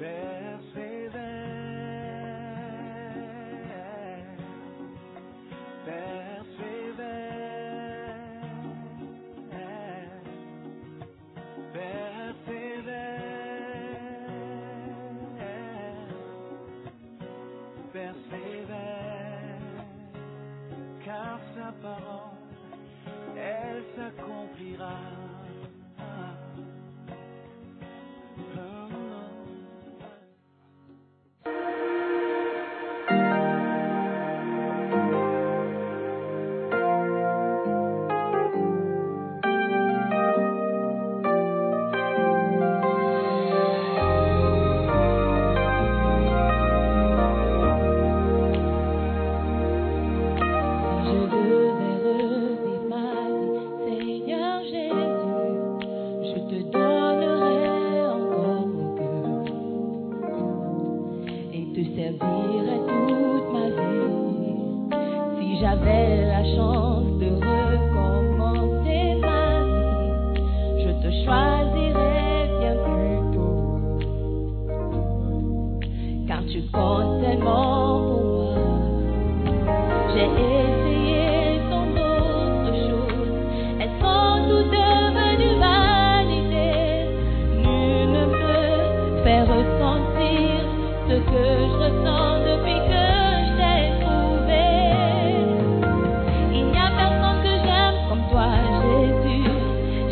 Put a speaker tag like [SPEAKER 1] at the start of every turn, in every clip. [SPEAKER 1] Percé vers, percé vers, percé vers, percé vers, car sa parole, elle s'accomplira.
[SPEAKER 2] Je devais revivre ma vie, Seigneur Jésus, je te donnerai encore mon cœur et te servirai toute ma vie. Si j'avais la chance de recommencer ma vie, je te choisirais bien plus tôt, car tu comptes tellement pour moi. J'ai essayé tant d'autres choses, elles sont toutes devenues vanités. Nul ne peut faire ressentir ce que je ressens depuis que je t'ai trouvé. Il n'y a personne que j'aime comme toi, Jésus.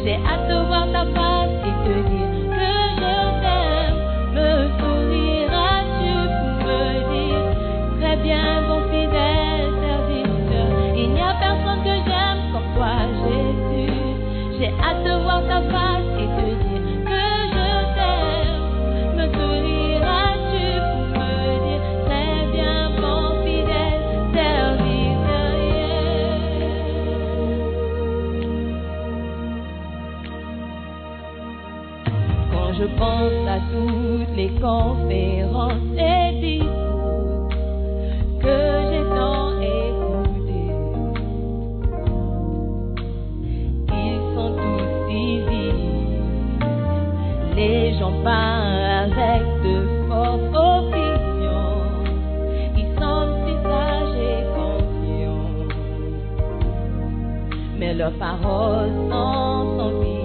[SPEAKER 2] J'ai hâte de voir ta face et te dire que je t'aime. Me souriras-tu pour me dire très bien, bon fidèle serviteur. Il n'y a personne que j'aime comme toi, Jésus. J'ai hâte de voir ta face et te dire que je t'aime. Me souriras-tu pour me dire très bien, bon fidèle serviteur. Yeah. Quand je pense à toutes les conférences et discours que j'ai tant écoutés, ils sont tous divisés. Les gens parlent avec de fortes opinions. Ils sont si sages et confiants, mais leurs paroles sont sans vie.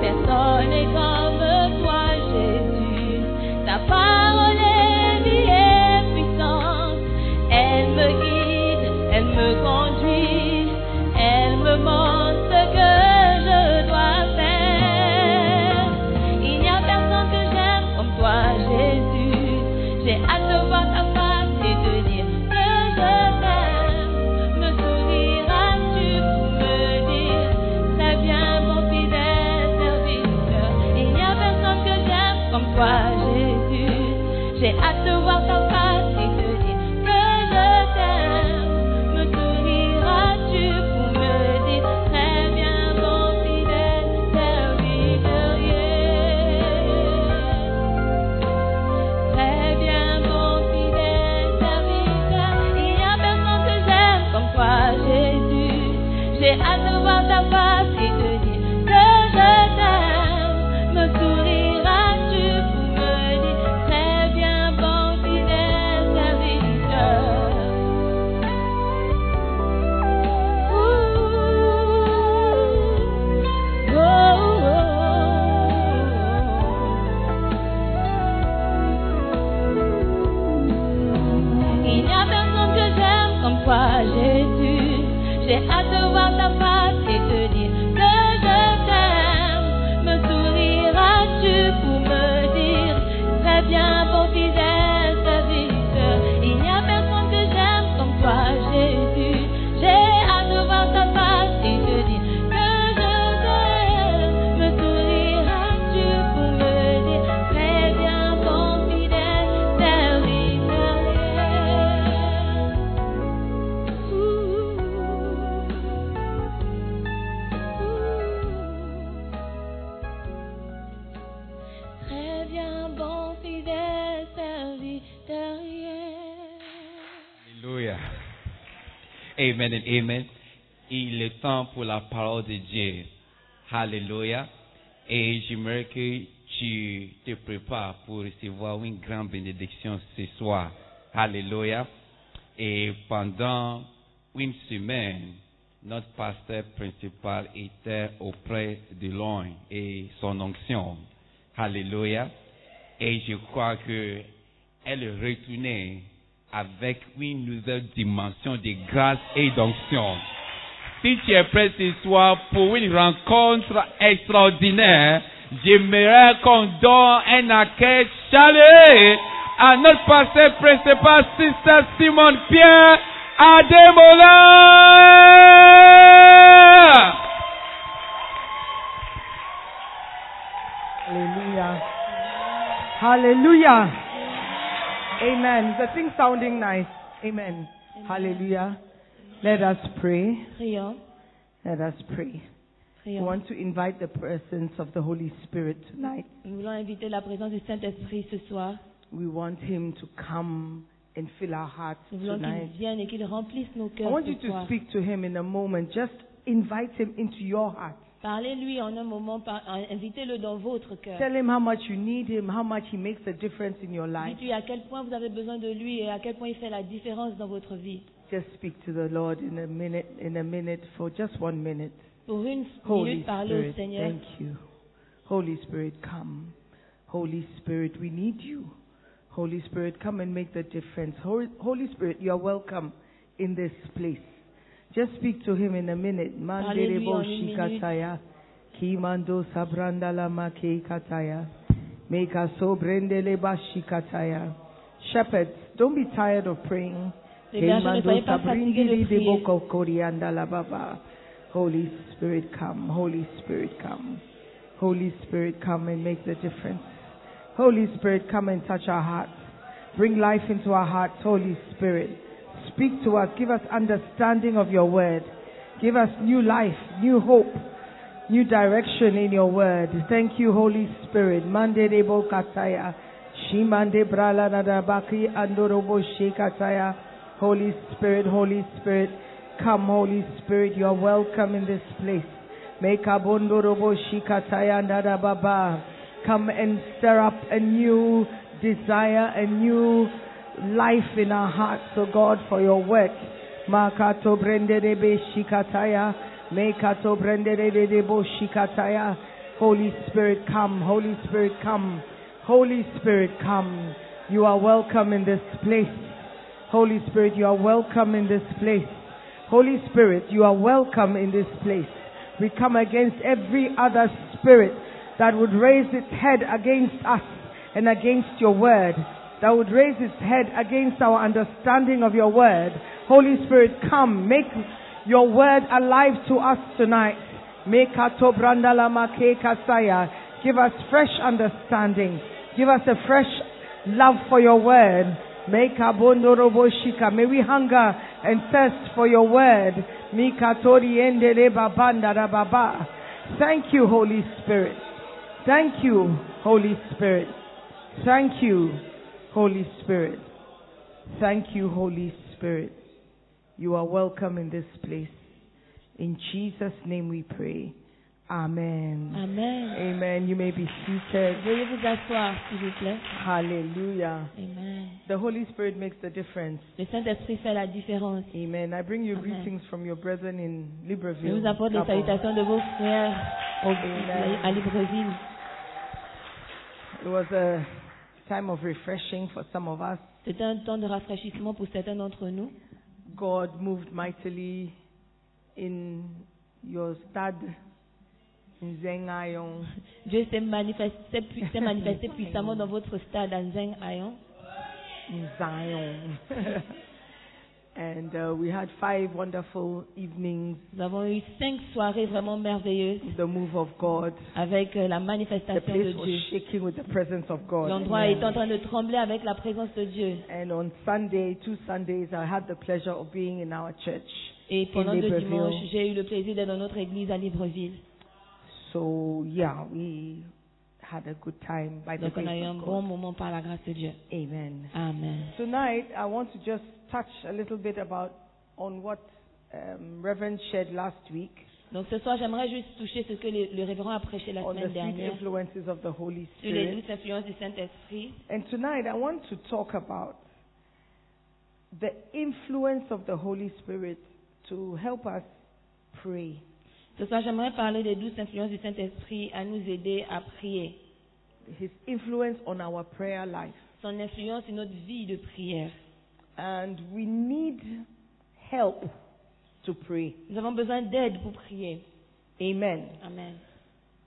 [SPEAKER 2] Personne n'est comme toi, Jésus. Ta parole est vie et puissance. Elle me guide, elle me conduit, elle me montre ce que je dois faire. Il n'y a personne que j'aime comme toi, Jésus. J'ai hâte de voir ta face et te dire que je t'aime. Me souriras-tu pour me dire très bien, mon fidèle serviteur. Il n'y a personne que j'aime comme toi, Jésus. J'ai hâte de voir ta face et te dire que je t'aime. Me souriras-tu pour me dire très bien, mon fidèle serviteur. yeah. Très bien, mon fidèle serviteur. Il n'y a personne que j'aime comme toi, Jésus. J'ai hâte de voir ta face et te dire que je t'aime. Me souriras-tu pour me dire très bien, bon fidèle oh, oh,
[SPEAKER 3] Amen and amen. Il est temps pour la parole de Dieu. Alléluia. Et j'aimerais que tu te prépares pour recevoir une grande bénédiction ce soir. Alléluia. Et pendant une semaine, notre pasteur principal était auprès de l'homme et son onction. Alléluia. Et je crois que elle est retournée avec une nouvelle dimension de grâce et d'onction. Si tu es prêt ce soir pour une rencontre extraordinaire, j'aimerais qu'on donne un accueil chaleureux à notre pasteur principal, Sister Simon Pierre Ademola.
[SPEAKER 4] Hallelujah. Hallelujah. Amen. The thing sounding nice. Amen. Hallelujah. Let us pray.
[SPEAKER 2] Prions,
[SPEAKER 4] Let us pray. We
[SPEAKER 2] prions.
[SPEAKER 4] want to invite the presence of the Holy Spirit tonight.
[SPEAKER 2] Nous voulons inviter la présence du Saint-Esprit ce soir.
[SPEAKER 4] We want Him to come and fill our hearts
[SPEAKER 2] Nous voulons qu'il
[SPEAKER 4] tonight.
[SPEAKER 2] vienne et qu'il remplisse nos
[SPEAKER 4] I
[SPEAKER 2] cœurs
[SPEAKER 4] want you
[SPEAKER 2] ce
[SPEAKER 4] to
[SPEAKER 2] soir.
[SPEAKER 4] speak to Him in a moment. Just invite Him into your heart.
[SPEAKER 2] Parlez-lui en un moment, par- en- invitez-le dans votre cœur.
[SPEAKER 4] Tell Him how much you need Him, how much He makes a difference in your life.
[SPEAKER 2] Dites-lui à quel point vous avez besoin de lui et à quel point il fait la différence dans votre vie.
[SPEAKER 4] Just speak to the Lord in a minute, in a minute, for just one minute.
[SPEAKER 2] Pour une
[SPEAKER 4] Holy
[SPEAKER 2] minute, parlez au
[SPEAKER 4] Spirit,
[SPEAKER 2] Seigneur.
[SPEAKER 4] thank you. Holy Spirit, come. Holy Spirit, we need you. Holy Spirit, come and make the difference. Hol- Holy Spirit, you are welcome in this place. Just speak to him in a minute.
[SPEAKER 2] Parlez-lui en une
[SPEAKER 4] Manderebo
[SPEAKER 2] minute.
[SPEAKER 4] shikataya. Kimando sabrandala make kataya. Meka sobrendele bashikataya. Shepherds, don't be tired of praying.
[SPEAKER 2] Les bergers, ne soyez pas fatigués de
[SPEAKER 4] Keimando
[SPEAKER 2] prier.
[SPEAKER 4] sabrindili debokokoriandala baba. Holy Spirit, come. Holy Spirit, come. Holy Spirit, come and make the difference. Holy Spirit, come and touch our hearts. Bring life into our hearts, Holy Spirit. Speak to us. Give us understanding of your word. Give us new life, new hope, new direction in your word. Thank you, Holy Spirit. Mande debo kataya. Shimande brala nadabaki andorobo shekataya. Holy Spirit, Holy Spirit. Come, Holy Spirit. You are welcome in this place. Make abundorobo shikataya ndada baba. Come and stir up a new desire, a new life in our hearts, O God, for your work. Makato brenderebe shikataya. Mekato brenderedebo shikataya. Holy Spirit, come. Holy Spirit, come. Holy Spirit, come. You are welcome in this place. Holy Spirit, you are welcome in this place. Holy Spirit, you are welcome in this place. We come against every other spirit that would raise its head against us and against your word, that would raise its head against our understanding of your word. Holy Spirit, come, make your word alive to us tonight. Mekato brandala make kasaya. Give us fresh understanding. Give us a fresh love for your word. Meka bondorobo shika. May we hunger and thirst for your word. Mikatori endele babanda da baba. Thank you, Holy Spirit. Thank you, Holy Spirit. Thank you, Holy Spirit. Thank you, Holy Spirit. You are welcome in this place. In Jesus' name we pray. Amen.
[SPEAKER 2] Amen.
[SPEAKER 4] Amen. You may be seated.
[SPEAKER 2] Veuillez vous asseoir, s'il vous plaît.
[SPEAKER 4] Hallelujah.
[SPEAKER 2] Amen.
[SPEAKER 4] The Holy Spirit makes the difference.
[SPEAKER 2] Le Saint-Esprit fait la différence.
[SPEAKER 4] Amen. I bring you
[SPEAKER 2] Amen.
[SPEAKER 4] greetings from your brethren in
[SPEAKER 2] Je
[SPEAKER 4] Libreville.
[SPEAKER 2] vous apporte les
[SPEAKER 4] Gabon.
[SPEAKER 2] salutations de vos frères au- à Libreville.
[SPEAKER 4] It was a time of refreshing for some of us.
[SPEAKER 2] C'était un temps de rafraîchissement pour certains d'entre nous.
[SPEAKER 4] God moved mightily in your stad in Zengayong.
[SPEAKER 2] Dieu s'est manifesté, pu- s'est manifesté puissamment dans votre stade à Nzeng Ayon.
[SPEAKER 4] in Zion. and uh, we had five wonderful evenings,
[SPEAKER 2] Nous avons eu cinq soirées vraiment merveilleuses
[SPEAKER 4] with the move of God.
[SPEAKER 2] avec euh, la
[SPEAKER 4] The
[SPEAKER 2] manifestation de
[SPEAKER 4] place was
[SPEAKER 2] Dieu.
[SPEAKER 4] shaking with the presence of God.
[SPEAKER 2] L'endroit
[SPEAKER 4] Amen.
[SPEAKER 2] est en train de trembler avec la présence de Dieu.
[SPEAKER 4] And on Sunday, two Sundays, I had the pleasure of being in our church.
[SPEAKER 2] Et pendant
[SPEAKER 4] In
[SPEAKER 2] deux
[SPEAKER 4] Libreville.
[SPEAKER 2] dimanches, j'ai eu le plaisir d'être dans notre église à Libreville.
[SPEAKER 4] So, yeah, we had a good time by the
[SPEAKER 2] Donc on a eu
[SPEAKER 4] grace
[SPEAKER 2] un
[SPEAKER 4] of
[SPEAKER 2] bon
[SPEAKER 4] God.
[SPEAKER 2] moment par la grâce de Dieu.
[SPEAKER 4] Amen.
[SPEAKER 2] Amen.
[SPEAKER 4] Tonight, I want to just touch a little bit about on what um, Reverend shared last week
[SPEAKER 2] Donc ce soir, j'aimerais juste toucher ce que le, le révérend a prêché la
[SPEAKER 4] on the
[SPEAKER 2] semaine
[SPEAKER 4] sweet
[SPEAKER 2] dernière
[SPEAKER 4] influences of the Holy
[SPEAKER 2] sur les
[SPEAKER 4] Spirit.
[SPEAKER 2] douces influences du Saint-Esprit.
[SPEAKER 4] And tonight I want to talk about the influence of the Holy Spirit to help us pray.
[SPEAKER 2] Ce soir, j'aimerais parler des douces influences du Saint-Esprit à nous aider à prier.
[SPEAKER 4] His influence on our prayer life.
[SPEAKER 2] Son influence sur notre vie de prière.
[SPEAKER 4] And we need help to pray.
[SPEAKER 2] Nous avons besoin d'aide pour prier.
[SPEAKER 4] Amen.
[SPEAKER 2] Amen.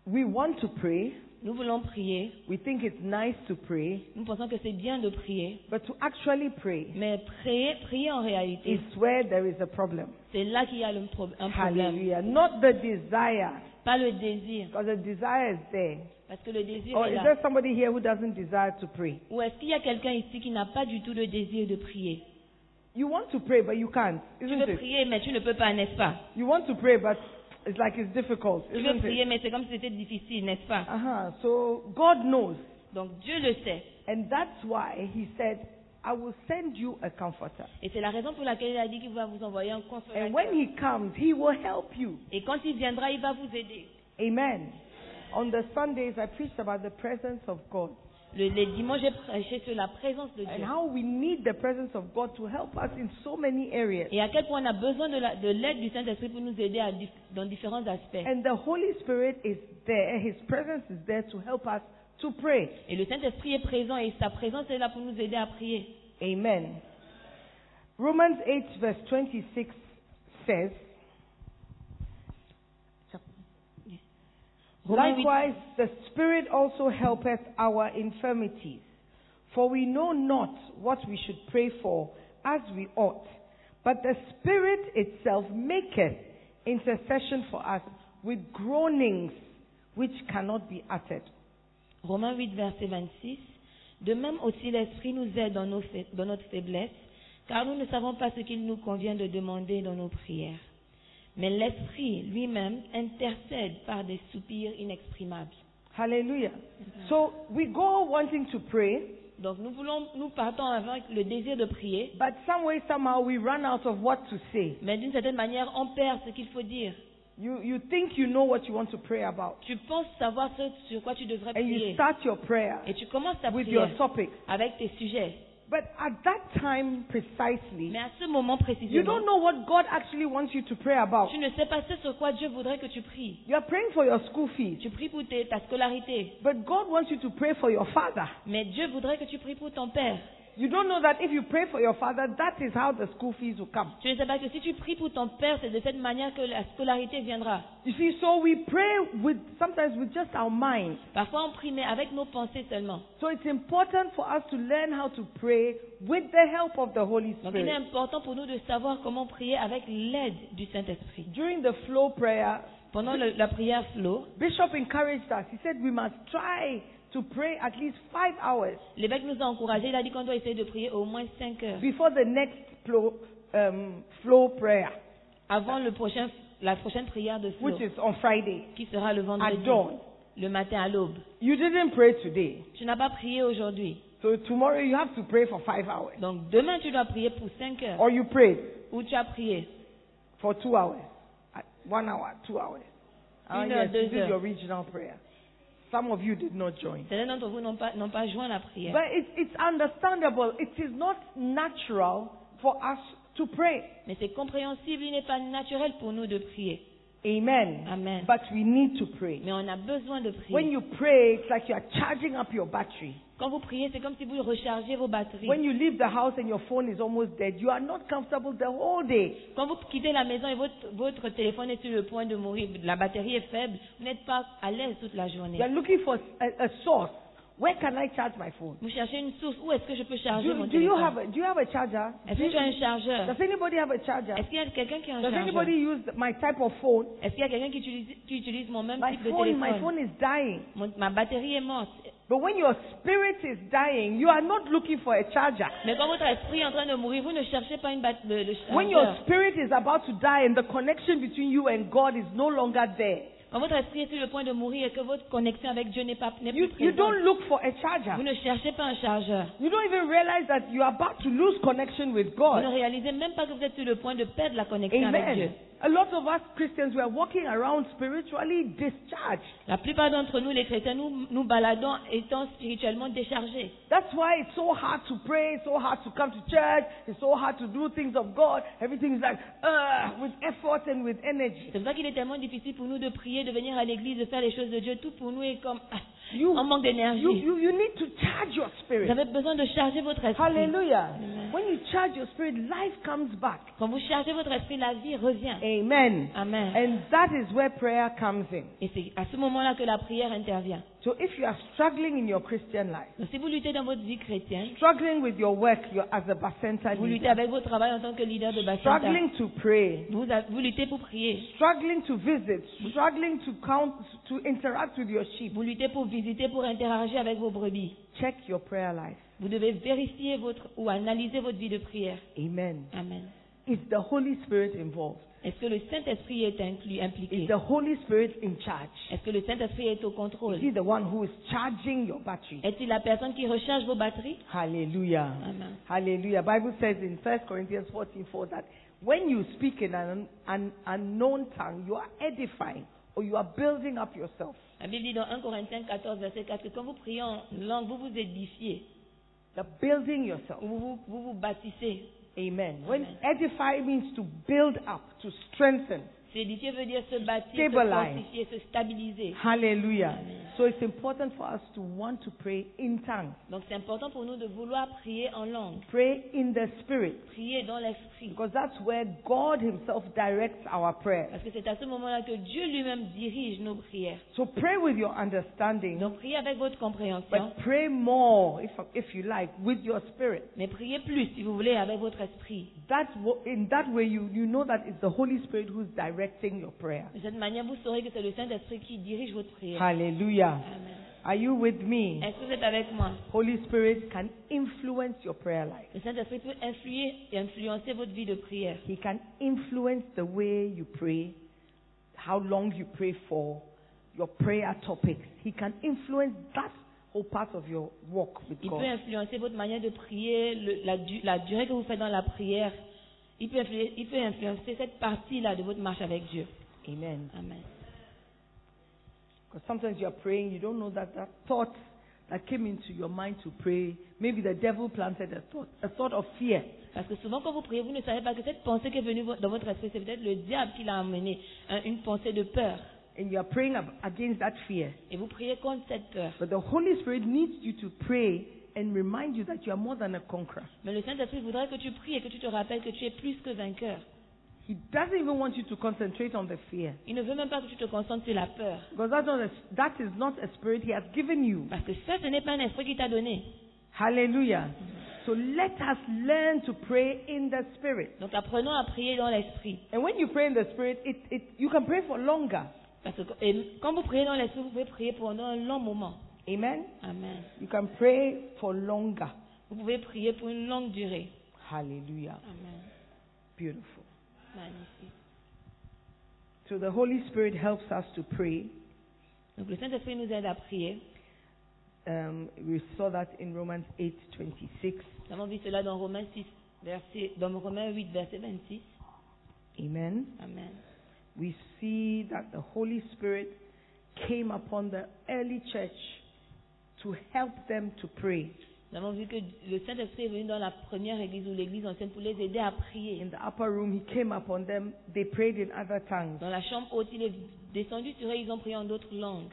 [SPEAKER 4] We want to pray.
[SPEAKER 2] Nous voulons prier.
[SPEAKER 4] We think it's nice to pray.
[SPEAKER 2] Nous pensons que c'est bien de prier.
[SPEAKER 4] But to actually pray
[SPEAKER 2] Mais prier, prier en réalité,
[SPEAKER 4] is where there is a problem.
[SPEAKER 2] c'est là qu'il y a le pro- un problème.
[SPEAKER 4] Hallelujah. Not the desire,
[SPEAKER 2] Pas le désir.
[SPEAKER 4] because the desire is there.
[SPEAKER 2] Parce que le désir
[SPEAKER 4] Or
[SPEAKER 2] est
[SPEAKER 4] is
[SPEAKER 2] là.
[SPEAKER 4] there somebody here who doesn't desire to pray?
[SPEAKER 2] Ou est-ce qu'il y a quelqu'un ici qui n'a pas du tout le désir de prier
[SPEAKER 4] You want to pray, but you can't,
[SPEAKER 2] Tu
[SPEAKER 4] isn't
[SPEAKER 2] veux
[SPEAKER 4] it?
[SPEAKER 2] prier, mais tu ne peux pas, n'est-ce pas
[SPEAKER 4] You want to pray, but it's like it's difficult,
[SPEAKER 2] Tu veux
[SPEAKER 4] isn't
[SPEAKER 2] prier,
[SPEAKER 4] it?
[SPEAKER 2] mais c'est comme si c'était difficile, n'est-ce pas
[SPEAKER 4] Uh huh. So God knows,
[SPEAKER 2] Donc Dieu le sait.
[SPEAKER 4] and that's why He said, "I will send you a comforter."
[SPEAKER 2] Et c'est la raison pour laquelle il a dit qu'il va vous envoyer un
[SPEAKER 4] And
[SPEAKER 2] consolateur.
[SPEAKER 4] when He comes, He will help you.
[SPEAKER 2] Et quand il viendra, il va vous aider.
[SPEAKER 4] Amen. On the Sundays, I preached about the presence of God
[SPEAKER 2] Le, les dimanches, j'ai prêché sur la présence de
[SPEAKER 4] and
[SPEAKER 2] Dieu.
[SPEAKER 4] how we need the presence of God to help us in so many areas.
[SPEAKER 2] Et à quel point on a besoin de la- de l'aide du Saint-Esprit pour nous aider à dif- dans différents aspects.
[SPEAKER 4] And the Holy Spirit is there; His presence is there to help us to pray.
[SPEAKER 2] Et le Saint-Esprit est présent et sa présence est là pour nous aider à prier.
[SPEAKER 4] Amen. Romans 8, verse 26 says,
[SPEAKER 2] Romains huit-
[SPEAKER 4] Likewise, the Spirit also helpeth our infirmities, for we know not what we should pray for as we ought, but the Spirit itself maketh intercession for us with groanings which cannot be uttered.
[SPEAKER 2] Romains 8, verset 26. De même aussi l'Esprit nous aide dans, nos fai- dans notre faiblesse, car nous ne savons pas ce qu'il nous convient de demander dans nos prières. Mais l'Esprit lui-même intercède par des soupirs inexprimables.
[SPEAKER 4] Hallelujah. So we go wanting to pray,
[SPEAKER 2] Donc nous voulons, nous partons avec le désir de prier,
[SPEAKER 4] but some way, somehow, we run out of what to say.
[SPEAKER 2] mais d'une certaine manière, on perd ce qu'il faut dire.
[SPEAKER 4] You, you think you know what you want to pray about,
[SPEAKER 2] Tu penses savoir ce sur quoi tu devrais
[SPEAKER 4] and you
[SPEAKER 2] prier,
[SPEAKER 4] start your prayer
[SPEAKER 2] et tu commences ta
[SPEAKER 4] with your
[SPEAKER 2] prière
[SPEAKER 4] topic.
[SPEAKER 2] avec tes sujets.
[SPEAKER 4] But at that time precisely,
[SPEAKER 2] Mais à ce moment
[SPEAKER 4] you don't
[SPEAKER 2] précisément,
[SPEAKER 4] know what God actually wants you to pray about.
[SPEAKER 2] tu ne sais pas ce sur quoi Dieu voudrait que tu pries.
[SPEAKER 4] You are praying for your school fees,
[SPEAKER 2] Tu pries pour tes- ta scolarité,
[SPEAKER 4] but God wants you to pray for your father.
[SPEAKER 2] mais Dieu voudrait que tu pries pour ton père.
[SPEAKER 4] You don't know that if you pray for your father, that is how the school fees will come.
[SPEAKER 2] Tu ne sais pas que si tu pries pour ton père, c'est de cette manière que la scolarité viendra.
[SPEAKER 4] You see, so we pray with sometimes with just our mind.
[SPEAKER 2] Parfois, on prie, mais avec nos pensées seulement.
[SPEAKER 4] So it's important for us to learn how to pray with the help of the Holy
[SPEAKER 2] Donc, il est
[SPEAKER 4] Spirit.
[SPEAKER 2] important pour nous de savoir comment prier avec l'aide du Saint-Esprit.
[SPEAKER 4] During the flow prayer,
[SPEAKER 2] Pendant le- la prière flow,
[SPEAKER 4] Bishop encouraged us. He said we must try to pray at least five hours
[SPEAKER 2] l'évêque nous a encouragés. Il a dit qu'on doit essayer de prier au moins 5 heures
[SPEAKER 4] before the next flow, um, flow prayer,
[SPEAKER 2] avant le prochain, la prochaine prière de flow,
[SPEAKER 4] which is on Friday.
[SPEAKER 2] qui sera le
[SPEAKER 4] At
[SPEAKER 2] vendredi,
[SPEAKER 4] dawn.
[SPEAKER 2] le matin à l'aube.
[SPEAKER 4] You didn't pray today,
[SPEAKER 2] Tu n'as pas prié aujourd'hui.
[SPEAKER 4] so tomorrow you have to pray for five hours.
[SPEAKER 2] Donc, demain, tu dois prier pour 5 heures.
[SPEAKER 4] Or you prayed
[SPEAKER 2] Ou tu as prié.
[SPEAKER 4] for two hours, uh, one hour, two hours. Ah,
[SPEAKER 2] Une heure,
[SPEAKER 4] yes, you
[SPEAKER 2] deux
[SPEAKER 4] did your
[SPEAKER 2] heures.
[SPEAKER 4] original prayer. Some of you did not join.
[SPEAKER 2] Certains d'entre vous n'ont pas, n'ont pas joint la prière.
[SPEAKER 4] But it's, it's understandable. It is not natural for us to pray.
[SPEAKER 2] Mais c'est compréhensible, il n'est pas naturel pour nous de prier.
[SPEAKER 4] Amen.
[SPEAKER 2] Amen.
[SPEAKER 4] But we need to pray.
[SPEAKER 2] Mais on a besoin de prier.
[SPEAKER 4] When you pray, it's like you are charging up your battery.
[SPEAKER 2] Quand vous priez, c'est comme si vous rechargez vos batteries.
[SPEAKER 4] When you leave the house and your phone is almost dead, you are not comfortable the whole day.
[SPEAKER 2] Quand vous quittez la maison et votre, votre téléphone est sur le point de mourir, la batterie est faible, vous n'êtes pas à l'aise toute la journée.
[SPEAKER 4] You are looking for a, a source. Where can I charge my phone?
[SPEAKER 2] Vous cherchez une source, où est-ce que je peux charger mon
[SPEAKER 4] Do, do you
[SPEAKER 2] téléphone
[SPEAKER 4] have a, do you have a charger?
[SPEAKER 2] Est-ce que tu as un chargeur
[SPEAKER 4] Does anybody have a charger?
[SPEAKER 2] Est-ce qu'il y a quelqu'un qui a un
[SPEAKER 4] Does
[SPEAKER 2] chargeur
[SPEAKER 4] anybody use my type of phone?
[SPEAKER 2] Est-ce qu'il y a quelqu'un qui utilise, qui utilise mon même
[SPEAKER 4] My
[SPEAKER 2] type de
[SPEAKER 4] phone, my
[SPEAKER 2] téléphone
[SPEAKER 4] phone is dying.
[SPEAKER 2] Mon- Ma batterie est morte.
[SPEAKER 4] But when your spirit is dying, you are not looking for a charger.
[SPEAKER 2] Mais quand votre esprit est en train de mourir, vous ne cherchez pas une bat- le, le chargeur.
[SPEAKER 4] When your spirit is about to die and the connection between you and God is no longer there,
[SPEAKER 2] Quand votre esprit est sur le point de mourir et que votre connexion avec Dieu n'est pas n'est
[SPEAKER 4] You,
[SPEAKER 2] plus
[SPEAKER 4] you
[SPEAKER 2] présente,
[SPEAKER 4] don't look for a charger.
[SPEAKER 2] vous ne cherchez pas un chargeur.
[SPEAKER 4] You don't even realize that you are about to lose connection with
[SPEAKER 2] Vous
[SPEAKER 4] God.
[SPEAKER 2] ne réalisez même pas que vous êtes sur le point de perdre la connexion avec Dieu.
[SPEAKER 4] Amen. A lot of us Christians, we are walking around spiritually discharged.
[SPEAKER 2] La plupart d'entre nous, les chrétiens, nous nous baladons étant spirituellement déchargés.
[SPEAKER 4] That's why it's so hard to pray, it's so hard to come to church, it's so hard to do things of God. Everything is like, uh, with effort and with energy.
[SPEAKER 2] C'est pour ça qu'il est tellement difficile pour nous de prier, de venir à l'église, de faire les choses de Dieu. Tout pour nous est comme ah,
[SPEAKER 4] You-
[SPEAKER 2] on en manque d'énergie.
[SPEAKER 4] You, you, you need to charge your
[SPEAKER 2] Vous
[SPEAKER 4] spirit.
[SPEAKER 2] avez besoin de charger votre esprit.
[SPEAKER 4] Hallelujah. When you charge your spirit, life comes back.
[SPEAKER 2] Quand vous chargez votre esprit, la vie revient.
[SPEAKER 4] Amen.
[SPEAKER 2] Amen.
[SPEAKER 4] And that is where prayer comes in.
[SPEAKER 2] Et c'est à ce moment-là que la prière intervient.
[SPEAKER 4] So if you are struggling in your Christian life,
[SPEAKER 2] Donc si vous luttez dans votre vie chrétienne,
[SPEAKER 4] struggling with your work your, as a bacenta
[SPEAKER 2] vous luttez
[SPEAKER 4] leader,
[SPEAKER 2] avec votre travail en tant que leader de bassin,
[SPEAKER 4] struggling to pray,
[SPEAKER 2] vous, a- vous luttez pour prier,
[SPEAKER 4] struggling to visit, struggling to count, to interact with your sheep,
[SPEAKER 2] vous luttez pour visiter, pour interagir avec vos brebis.
[SPEAKER 4] check your prayer life.
[SPEAKER 2] Vous devez vérifier votre ou analyser votre vie de prière.
[SPEAKER 4] Amen.
[SPEAKER 2] Amen.
[SPEAKER 4] Is the Holy Spirit involved?
[SPEAKER 2] Est-ce que le Saint-Esprit est inclus,
[SPEAKER 4] Is
[SPEAKER 2] impliqué
[SPEAKER 4] the Holy Spirit in charge?
[SPEAKER 2] Est-ce que le Saint-Esprit est au
[SPEAKER 4] Is
[SPEAKER 2] contrôle
[SPEAKER 4] he the one who is charging your battery?
[SPEAKER 2] Est-il la personne qui recharge vos batteries
[SPEAKER 4] Hallelujah.
[SPEAKER 2] Amen.
[SPEAKER 4] Hallelujah. Bible says in 1 Corinthians 14:4 that when you speak in an, an unknown tongue, you are edifying or you are building up yourself.
[SPEAKER 2] La Bible dit dans 1 Corinthiens 14, verset 4 que quand vous priez en langue, vous vous édifiez,
[SPEAKER 4] You're building yourself.
[SPEAKER 2] vous vous, vous, vous bâtissez.
[SPEAKER 4] Amen. When
[SPEAKER 2] Amen.
[SPEAKER 4] edify means to build up, to strengthen.
[SPEAKER 2] S'édifier veut dire se bâtir,
[SPEAKER 4] Stabilize.
[SPEAKER 2] se fortifier, se stabiliser.
[SPEAKER 4] Hallelujah. So it's important for us to want to pray in tongues.
[SPEAKER 2] Donc c'est important pour nous de vouloir prier en langue,
[SPEAKER 4] Pray in the spirit.
[SPEAKER 2] prier dans l'esprit.
[SPEAKER 4] Because that's where God Himself directs our prayers.
[SPEAKER 2] Parce que c'est à ce moment-là que Dieu lui-même dirige nos prières.
[SPEAKER 4] So pray with your understanding,
[SPEAKER 2] Donc priez avec votre compréhension,
[SPEAKER 4] but pray more, if, if you like, with your spirit.
[SPEAKER 2] mais priez plus si vous voulez avec votre esprit.
[SPEAKER 4] That, wo- in that way, you, you know that it's the Holy Spirit who's directing your prayer.
[SPEAKER 2] De cette manière, vous saurez que c'est le Saint-Esprit qui dirige votre prière.
[SPEAKER 4] Hallelujah.
[SPEAKER 2] Amen.
[SPEAKER 4] Are you with me?
[SPEAKER 2] Est-ce que vous êtes avec moi
[SPEAKER 4] Holy Spirit can influence your prayer life.
[SPEAKER 2] Le Saint-Esprit peut influer et influencer votre vie de prière.
[SPEAKER 4] He can influence the way you pray, how long you pray for, your prayer topics. He can influence that whole part of your walk with
[SPEAKER 2] Il peut
[SPEAKER 4] God.
[SPEAKER 2] influencer votre manière de prier, le- la, du- la durée que vous faites dans la prière. Il peut, influer- il peut influencer cette partie-là de votre marche avec Dieu.
[SPEAKER 4] Amen.
[SPEAKER 2] Amen.
[SPEAKER 4] Because sometimes you are praying, you don't know that that thought that came into your mind to pray, maybe the devil planted a thought, a thought of fear.
[SPEAKER 2] Parce que souvent, quand vous priez, vous ne savez pas que cette pensée qui est venue vo- dans votre esprit, c'est peut-être le diable qui l'a amené, hein, une pensée de peur.
[SPEAKER 4] And you are praying ab- against that fear.
[SPEAKER 2] Et vous priez contre cette peur.
[SPEAKER 4] But the Holy Spirit needs you to pray and remind you that you are more than a conqueror.
[SPEAKER 2] Mais le Saint-Esprit voudrait que tu pries et que tu te rappelles que tu es plus que vainqueur.
[SPEAKER 4] He doesn't even want you to concentrate on the fear.
[SPEAKER 2] Il ne veut même pas que tu te concentres sur la peur.
[SPEAKER 4] Because that's not a, that is not a spirit he has given you.
[SPEAKER 2] Parce que ça, ce n'est pas un esprit qui t'a donné.
[SPEAKER 4] Hallelujah. So let us learn to pray in the spirit.
[SPEAKER 2] Donc apprenons à prier dans l'esprit.
[SPEAKER 4] And when you pray in the spirit, it, it, you can pray for longer.
[SPEAKER 2] Parce que et quand vous priez dans l'esprit, vous pouvez prier pendant un long moment.
[SPEAKER 4] Amen.
[SPEAKER 2] Amen.
[SPEAKER 4] You can pray for longer.
[SPEAKER 2] Vous pouvez prier pour une longue durée.
[SPEAKER 4] Hallelujah.
[SPEAKER 2] Amen.
[SPEAKER 4] Beautiful.
[SPEAKER 2] Magnifique.
[SPEAKER 4] So the Holy Spirit helps us to pray.
[SPEAKER 2] Donc le Saint-Esprit nous aide à prier.
[SPEAKER 4] Um, we saw that in Romans 8 26.
[SPEAKER 2] Nous avons vu cela dans Romains 6, verset, dans Romains 8, verset 26.
[SPEAKER 4] Amen.
[SPEAKER 2] Amen.
[SPEAKER 4] We see that the Holy Spirit came upon the early church to help them to pray.
[SPEAKER 2] Nous avons vu que le Saint-Esprit est venu dans la première église ou l'église ancienne pour les aider à prier.
[SPEAKER 4] In the upper room, he came upon them. They prayed in other tongues.
[SPEAKER 2] Dans la chambre haute, il est descendu sur eux, ils ont prié en d'autres langues.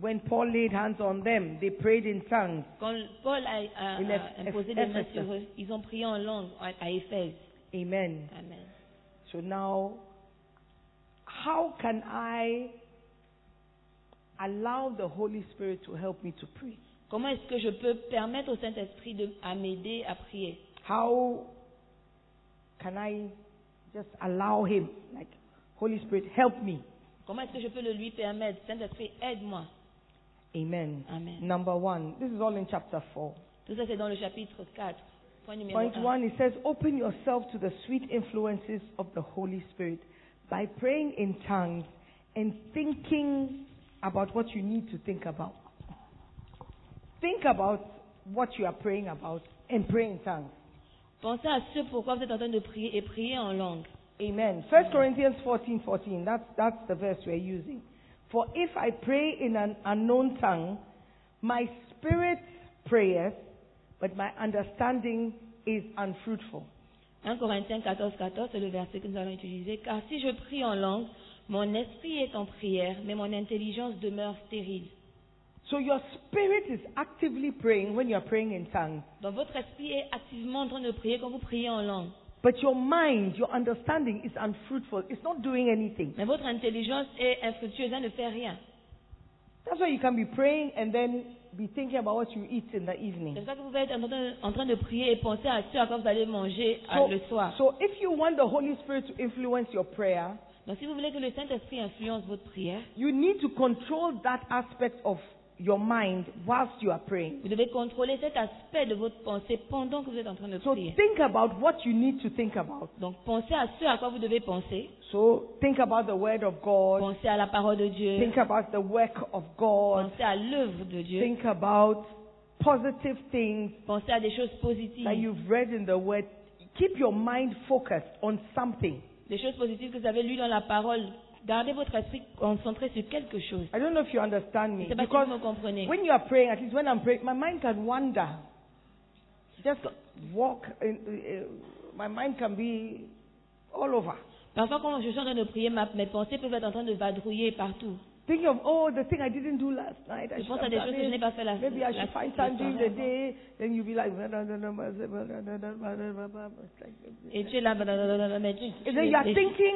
[SPEAKER 4] When Paul laid hands on them, they prayed in tongues.
[SPEAKER 2] Quand Paul a, a-
[SPEAKER 4] Il
[SPEAKER 2] a
[SPEAKER 4] est-
[SPEAKER 2] imposé
[SPEAKER 4] est-
[SPEAKER 2] des mains
[SPEAKER 4] est-
[SPEAKER 2] sur eux, ils ont prié en langue à, à Éphèse.
[SPEAKER 4] Amen.
[SPEAKER 2] Amen.
[SPEAKER 4] So now, how can I allow the Holy Spirit to help me to pray?
[SPEAKER 2] Comment est-ce que je peux permettre au Saint-Esprit de à m'aider à prier
[SPEAKER 4] How can I just allow him? Like, Holy Spirit, help me.
[SPEAKER 2] Comment est-ce que je peux le lui permettre Saint-Esprit, aide-moi.
[SPEAKER 4] Amen.
[SPEAKER 2] Amen.
[SPEAKER 4] Number one, this is all in chapter 4.
[SPEAKER 2] Tout ça, c'est dans le chapitre 4, point numéro
[SPEAKER 4] Point
[SPEAKER 2] 1.
[SPEAKER 4] one, it says, open yourself to the sweet influences of the Holy Spirit by praying in tongues and thinking about what you need to think about. Think about what you are praying about and pray in tongues.
[SPEAKER 2] Pensez à ce pourquoi vous êtes en train de prier et prier en langue.
[SPEAKER 4] Amen. 1 Corinthians 14 14. That's, that's the verse we're using. For if I pray in an unknown tongue, my spirit prayeth, but my understanding is unfruitful.
[SPEAKER 2] 1 Corinthiens 14, 14, c'est le verset que nous allons utiliser. Car si je prie en langue, mon esprit est en prière, mais mon intelligence demeure stérile.
[SPEAKER 4] So your spirit is actively praying when you're praying in tongues,
[SPEAKER 2] Donc votre esprit est activement en train de prier quand vous priez en langue.
[SPEAKER 4] but your mind, your understanding is unfruitful. It's not doing anything.
[SPEAKER 2] Mais votre intelligence est infructueuse, elle ne fait rien.
[SPEAKER 4] That's why you can be praying and then be thinking about what you eat in the
[SPEAKER 2] C'est pour
[SPEAKER 4] evening.
[SPEAKER 2] ça que vous pouvez être en train, en train de prier et penser à ce à quoi vous allez manger à-
[SPEAKER 4] So,
[SPEAKER 2] le soir.
[SPEAKER 4] so if you want the Holy Spirit to influence your prayer,
[SPEAKER 2] Donc si vous voulez que le Saint-Esprit influence votre prière,
[SPEAKER 4] you need to control that aspect of your mind whilst you are praying.
[SPEAKER 2] vous devez contrôler cet aspect de votre pensée pendant que vous êtes en train de
[SPEAKER 4] So
[SPEAKER 2] prier.
[SPEAKER 4] think about what you need to think about.
[SPEAKER 2] Donc pensez à ce à quoi vous devez penser.
[SPEAKER 4] So think about the Word of God.
[SPEAKER 2] Pensez à la parole de Dieu.
[SPEAKER 4] Think about the work of God.
[SPEAKER 2] Pensez à l'œuvre de Dieu.
[SPEAKER 4] Think about positive things
[SPEAKER 2] Pensez à des choses
[SPEAKER 4] that
[SPEAKER 2] positives.
[SPEAKER 4] you've read in the Word. Keep your mind focused on something.
[SPEAKER 2] Des choses positives que vous avez lues dans la parole. Gardez votre esprit concentré sur quelque chose.
[SPEAKER 4] I don't know if you
[SPEAKER 2] Je
[SPEAKER 4] understand
[SPEAKER 2] ne
[SPEAKER 4] me.
[SPEAKER 2] sais pas si
[SPEAKER 4] Because
[SPEAKER 2] vous me comprenez.
[SPEAKER 4] when you are praying, at least when I'm praying, my mind can wander. Just walk. In, uh, my mind can be all over.
[SPEAKER 2] Parfois, quand je suis en train de prier, ma- mes pensées peuvent être en train de vadrouiller partout.
[SPEAKER 4] Thinking of, oh, the thing I didn't do last night. I
[SPEAKER 2] Je
[SPEAKER 4] should
[SPEAKER 2] pense à
[SPEAKER 4] have
[SPEAKER 2] des
[SPEAKER 4] done
[SPEAKER 2] choses que je
[SPEAKER 4] it.
[SPEAKER 2] n'ai pas fait la
[SPEAKER 4] Maybe I
[SPEAKER 2] la-
[SPEAKER 4] should find
[SPEAKER 2] le
[SPEAKER 4] time during
[SPEAKER 2] soir
[SPEAKER 4] the
[SPEAKER 2] avant.
[SPEAKER 4] day. Then you'll be like, and
[SPEAKER 2] Et tu es là, blablabla, mais tu- tu-
[SPEAKER 4] then you are
[SPEAKER 2] les-
[SPEAKER 4] thinking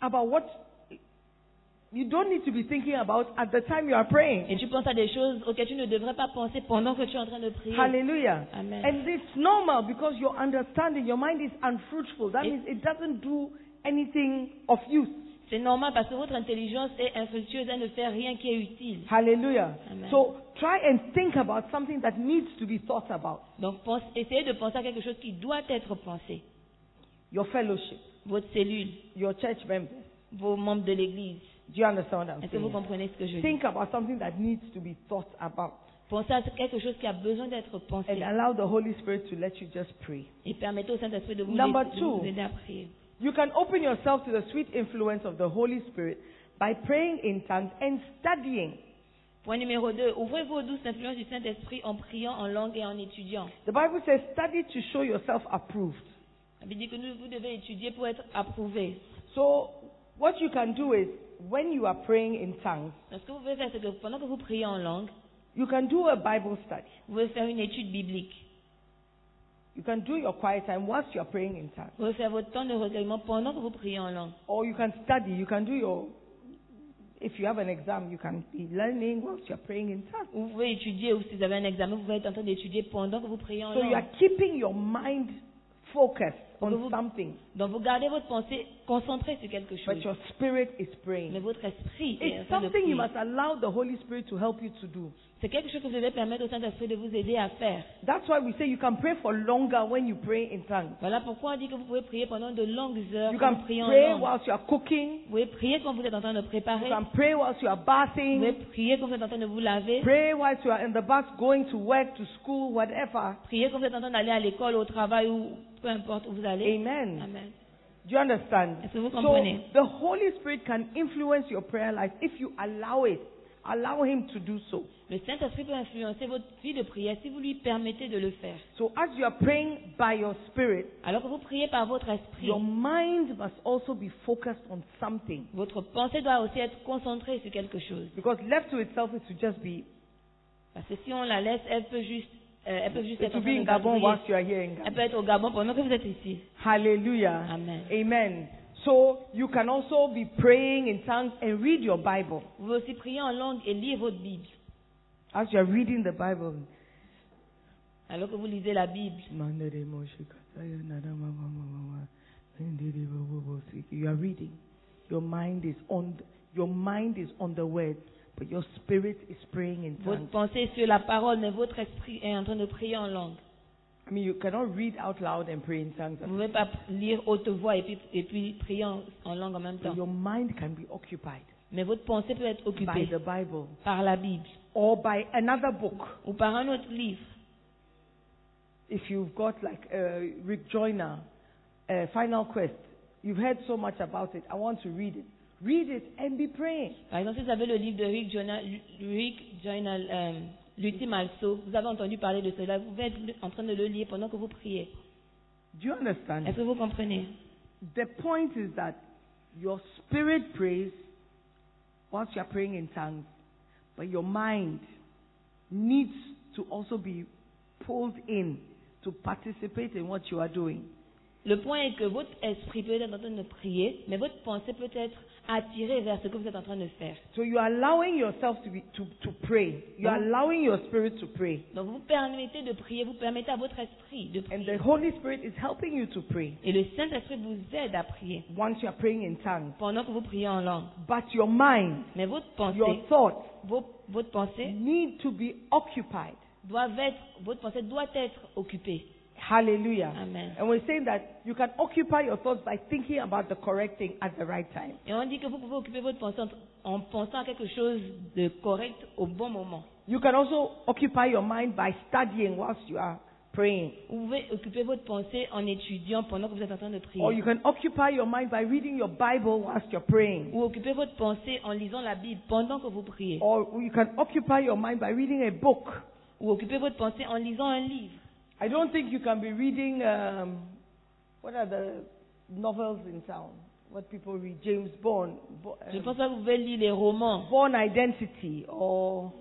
[SPEAKER 4] about what you don't need to be thinking about at the time you are
[SPEAKER 2] et
[SPEAKER 4] praying.
[SPEAKER 2] tu penses à des choses auxquelles tu ne devrais pas penser pendant que tu es en train de prier.
[SPEAKER 4] Hallelujah.
[SPEAKER 2] Amen.
[SPEAKER 4] And it's normal because your understanding, your mind is unfruitful. That
[SPEAKER 2] It-
[SPEAKER 4] means it doesn't do anything of use.
[SPEAKER 2] C'est normal parce que votre intelligence est infructueuse, elle ne fait rien qui est utile.
[SPEAKER 4] Hallelujah.
[SPEAKER 2] Amen.
[SPEAKER 4] So try and think about something that needs to be thought about.
[SPEAKER 2] Donc pense, essayez de penser à quelque chose qui doit être pensé.
[SPEAKER 4] Your fellowship,
[SPEAKER 2] Votre cellule,
[SPEAKER 4] your church members.
[SPEAKER 2] vos membres de l'église.
[SPEAKER 4] Do you understand what I'm
[SPEAKER 2] Est-ce que vous
[SPEAKER 4] saying?
[SPEAKER 2] comprenez ce que je dis
[SPEAKER 4] Think about something that needs to be thought about
[SPEAKER 2] Pensez à quelque chose qui a besoin d'être pensé.
[SPEAKER 4] and allow the Holy Spirit to let you just pray.
[SPEAKER 2] Et permettez au Saint-Esprit de vous,
[SPEAKER 4] Number
[SPEAKER 2] de vous
[SPEAKER 4] two.
[SPEAKER 2] aider à prier.
[SPEAKER 4] You can open yourself to the sweet influence of the Holy Spirit by praying in tongues and studying.
[SPEAKER 2] Point numéro 2. Ouvrez vos douces influences du Saint-Esprit en priant en langue et en étudiant.
[SPEAKER 4] The Bible says, study to show yourself approved.
[SPEAKER 2] Ça veut dire que nous, vous devez étudier pour être approuvé.
[SPEAKER 4] So, what you can do is, when you are praying in tongues,
[SPEAKER 2] Donc, ce que vous pouvez faire, c'est que pendant que vous priez en langue,
[SPEAKER 4] you can do a Bible study.
[SPEAKER 2] vous pouvez faire une étude biblique.
[SPEAKER 4] You can do your quiet time whilst you are praying in tongues.
[SPEAKER 2] Vous pouvez faire votre temps de recueillement pendant que vous priez en langue.
[SPEAKER 4] Or you can study. You can do your, if you have an exam, you can be learning whilst you are praying in tongues.
[SPEAKER 2] Ou Vous pouvez étudier, ou si vous avez un examen, vous pouvez être en train d'étudier pendant que vous priez en
[SPEAKER 4] So you
[SPEAKER 2] langue.
[SPEAKER 4] are keeping your mind focused on
[SPEAKER 2] Vous-
[SPEAKER 4] something,
[SPEAKER 2] Donc, vous gardez votre pensée concentrée sur quelque
[SPEAKER 4] but
[SPEAKER 2] chose.
[SPEAKER 4] your spirit is
[SPEAKER 2] Mais
[SPEAKER 4] praying.
[SPEAKER 2] votre esprit est en
[SPEAKER 4] It's
[SPEAKER 2] train de
[SPEAKER 4] something you
[SPEAKER 2] prier.
[SPEAKER 4] must allow the Holy Spirit to help you to do.
[SPEAKER 2] C'est quelque chose que vous devez permettre au Saint-Esprit de vous aider à faire.
[SPEAKER 4] That's why we say you can pray for longer when you pray in tongues.
[SPEAKER 2] Voilà pourquoi on dit que vous pouvez prier pendant de longues heures
[SPEAKER 4] You
[SPEAKER 2] quand
[SPEAKER 4] can
[SPEAKER 2] vous priez en
[SPEAKER 4] pray
[SPEAKER 2] langue.
[SPEAKER 4] whilst you are cooking.
[SPEAKER 2] Vous pouvez prier quand vous êtes en train de
[SPEAKER 4] You
[SPEAKER 2] préparer.
[SPEAKER 4] can pray whilst you are
[SPEAKER 2] Vous pouvez
[SPEAKER 4] bathing.
[SPEAKER 2] prier quand vous êtes en train de vous laver.
[SPEAKER 4] Pray whilst you are in the bus going to work, to school, whatever.
[SPEAKER 2] Priez quand vous êtes en train d'aller à l'école, au travail ou peu importe où vous allez.
[SPEAKER 4] Amen.
[SPEAKER 2] Amen.
[SPEAKER 4] Do you understand?
[SPEAKER 2] Est-ce que
[SPEAKER 4] So
[SPEAKER 2] vous comprenez?
[SPEAKER 4] the Holy Spirit can influence your prayer life if you allow it. Allow Him to do so.
[SPEAKER 2] Le Saint-Esprit peut influencer votre vie de prière si vous lui permettez de le faire.
[SPEAKER 4] So as you are praying by your spirit,
[SPEAKER 2] Alors que vous priez par votre esprit,
[SPEAKER 4] Your mind must also be focused on something.
[SPEAKER 2] votre pensée doit aussi être concentrée sur quelque chose.
[SPEAKER 4] Because left to itself, it will just be,
[SPEAKER 2] Parce que si on la laisse, elle peut juste, euh, elle peut juste
[SPEAKER 4] it
[SPEAKER 2] être en
[SPEAKER 4] will be
[SPEAKER 2] train de
[SPEAKER 4] in Gabon
[SPEAKER 2] vadrouiller.
[SPEAKER 4] whilst you are here in
[SPEAKER 2] Elle
[SPEAKER 4] Gabon.
[SPEAKER 2] peut être au Gabon pendant que vous êtes ici.
[SPEAKER 4] Hallelujah.
[SPEAKER 2] Amen.
[SPEAKER 4] Amen. So you can also be praying in tongues and read your Bible.
[SPEAKER 2] Vous pouvez aussi prier en langue et lire votre Bible.
[SPEAKER 4] As you are reading the Bible.
[SPEAKER 2] Alors que vous lisez la Bible,
[SPEAKER 4] You are reading. Your mind is on your mind is on the word, but your spirit is praying in
[SPEAKER 2] votre
[SPEAKER 4] tongues.
[SPEAKER 2] pensée est sur la parole, mais votre esprit est en train de prier en langue.
[SPEAKER 4] I mean, you cannot read out loud and pray in tongues.
[SPEAKER 2] Vous ne pouvez pas lire haute voix et puis, et puis prier en, en langue en même
[SPEAKER 4] So
[SPEAKER 2] temps.
[SPEAKER 4] your mind can be occupied.
[SPEAKER 2] Mais votre pensée peut être
[SPEAKER 4] by
[SPEAKER 2] occupée
[SPEAKER 4] the Bible
[SPEAKER 2] par la Bible
[SPEAKER 4] or by another book.
[SPEAKER 2] ou par un autre livre.
[SPEAKER 4] If you've got like uh, Rick Joyner, uh, Final Quest, you've heard so much about it. I want to read it. Read it and be praying.
[SPEAKER 2] Par exemple, si vous avez le livre de Rick Joyner, Rick Joyner, euh, L'ultime alceau, vous avez entendu parler de cela, vous êtes en train de le lire pendant que vous priez.
[SPEAKER 4] Do you understand?
[SPEAKER 2] Est-ce que vous comprenez
[SPEAKER 4] The point is that your spirit prays once you are praying in tongues, but your mind needs to also be pulled in to participate in what you are doing.
[SPEAKER 2] Le point est que votre esprit peut être en train de prier, mais votre pensée peut être attirée vers ce que vous êtes en train de faire.
[SPEAKER 4] So you are allowing yourself to be to, to pray. You are allowing your spirit to pray.
[SPEAKER 2] Donc vous permettez de prier, vous permettez à votre esprit de
[SPEAKER 4] And
[SPEAKER 2] prier.
[SPEAKER 4] the Holy Spirit is helping you to pray
[SPEAKER 2] Et le Saint-Esprit vous aide à prier
[SPEAKER 4] once you are praying in tongues.
[SPEAKER 2] pendant que vous priez en langue.
[SPEAKER 4] But your mind,
[SPEAKER 2] Mais votre pensée,
[SPEAKER 4] your thoughts
[SPEAKER 2] vos- votre pensée
[SPEAKER 4] need to be occupied.
[SPEAKER 2] doivent être, votre pensée doit être occupée.
[SPEAKER 4] Hallelujah.
[SPEAKER 2] Amen.
[SPEAKER 4] And we're saying that you can occupy your thoughts by thinking about the correct thing at the right time.
[SPEAKER 2] Et on dit que vous pouvez occuper votre pensée en- en pensant à quelque chose de correct au bon moment.
[SPEAKER 4] You can also occupy your mind by studying whilst you are praying.
[SPEAKER 2] Vous pouvez occuper votre pensée en étudiant pendant que vous êtes en train de prier.
[SPEAKER 4] Or you can occupy your mind by reading your Bible whilst you're praying.
[SPEAKER 2] Ou occupez votre pensée en lisant la Bible pendant que vous priez.
[SPEAKER 4] Or you can occupy your mind by reading a book.
[SPEAKER 2] Ou occupez votre pensée en lisant un livre.
[SPEAKER 4] I don't think you can be reading, um, what are the novels in town? What people read? James Bond. Bo-
[SPEAKER 2] Je
[SPEAKER 4] um,
[SPEAKER 2] pense pas que vous pouvez lire les romans,
[SPEAKER 4] Born Identity or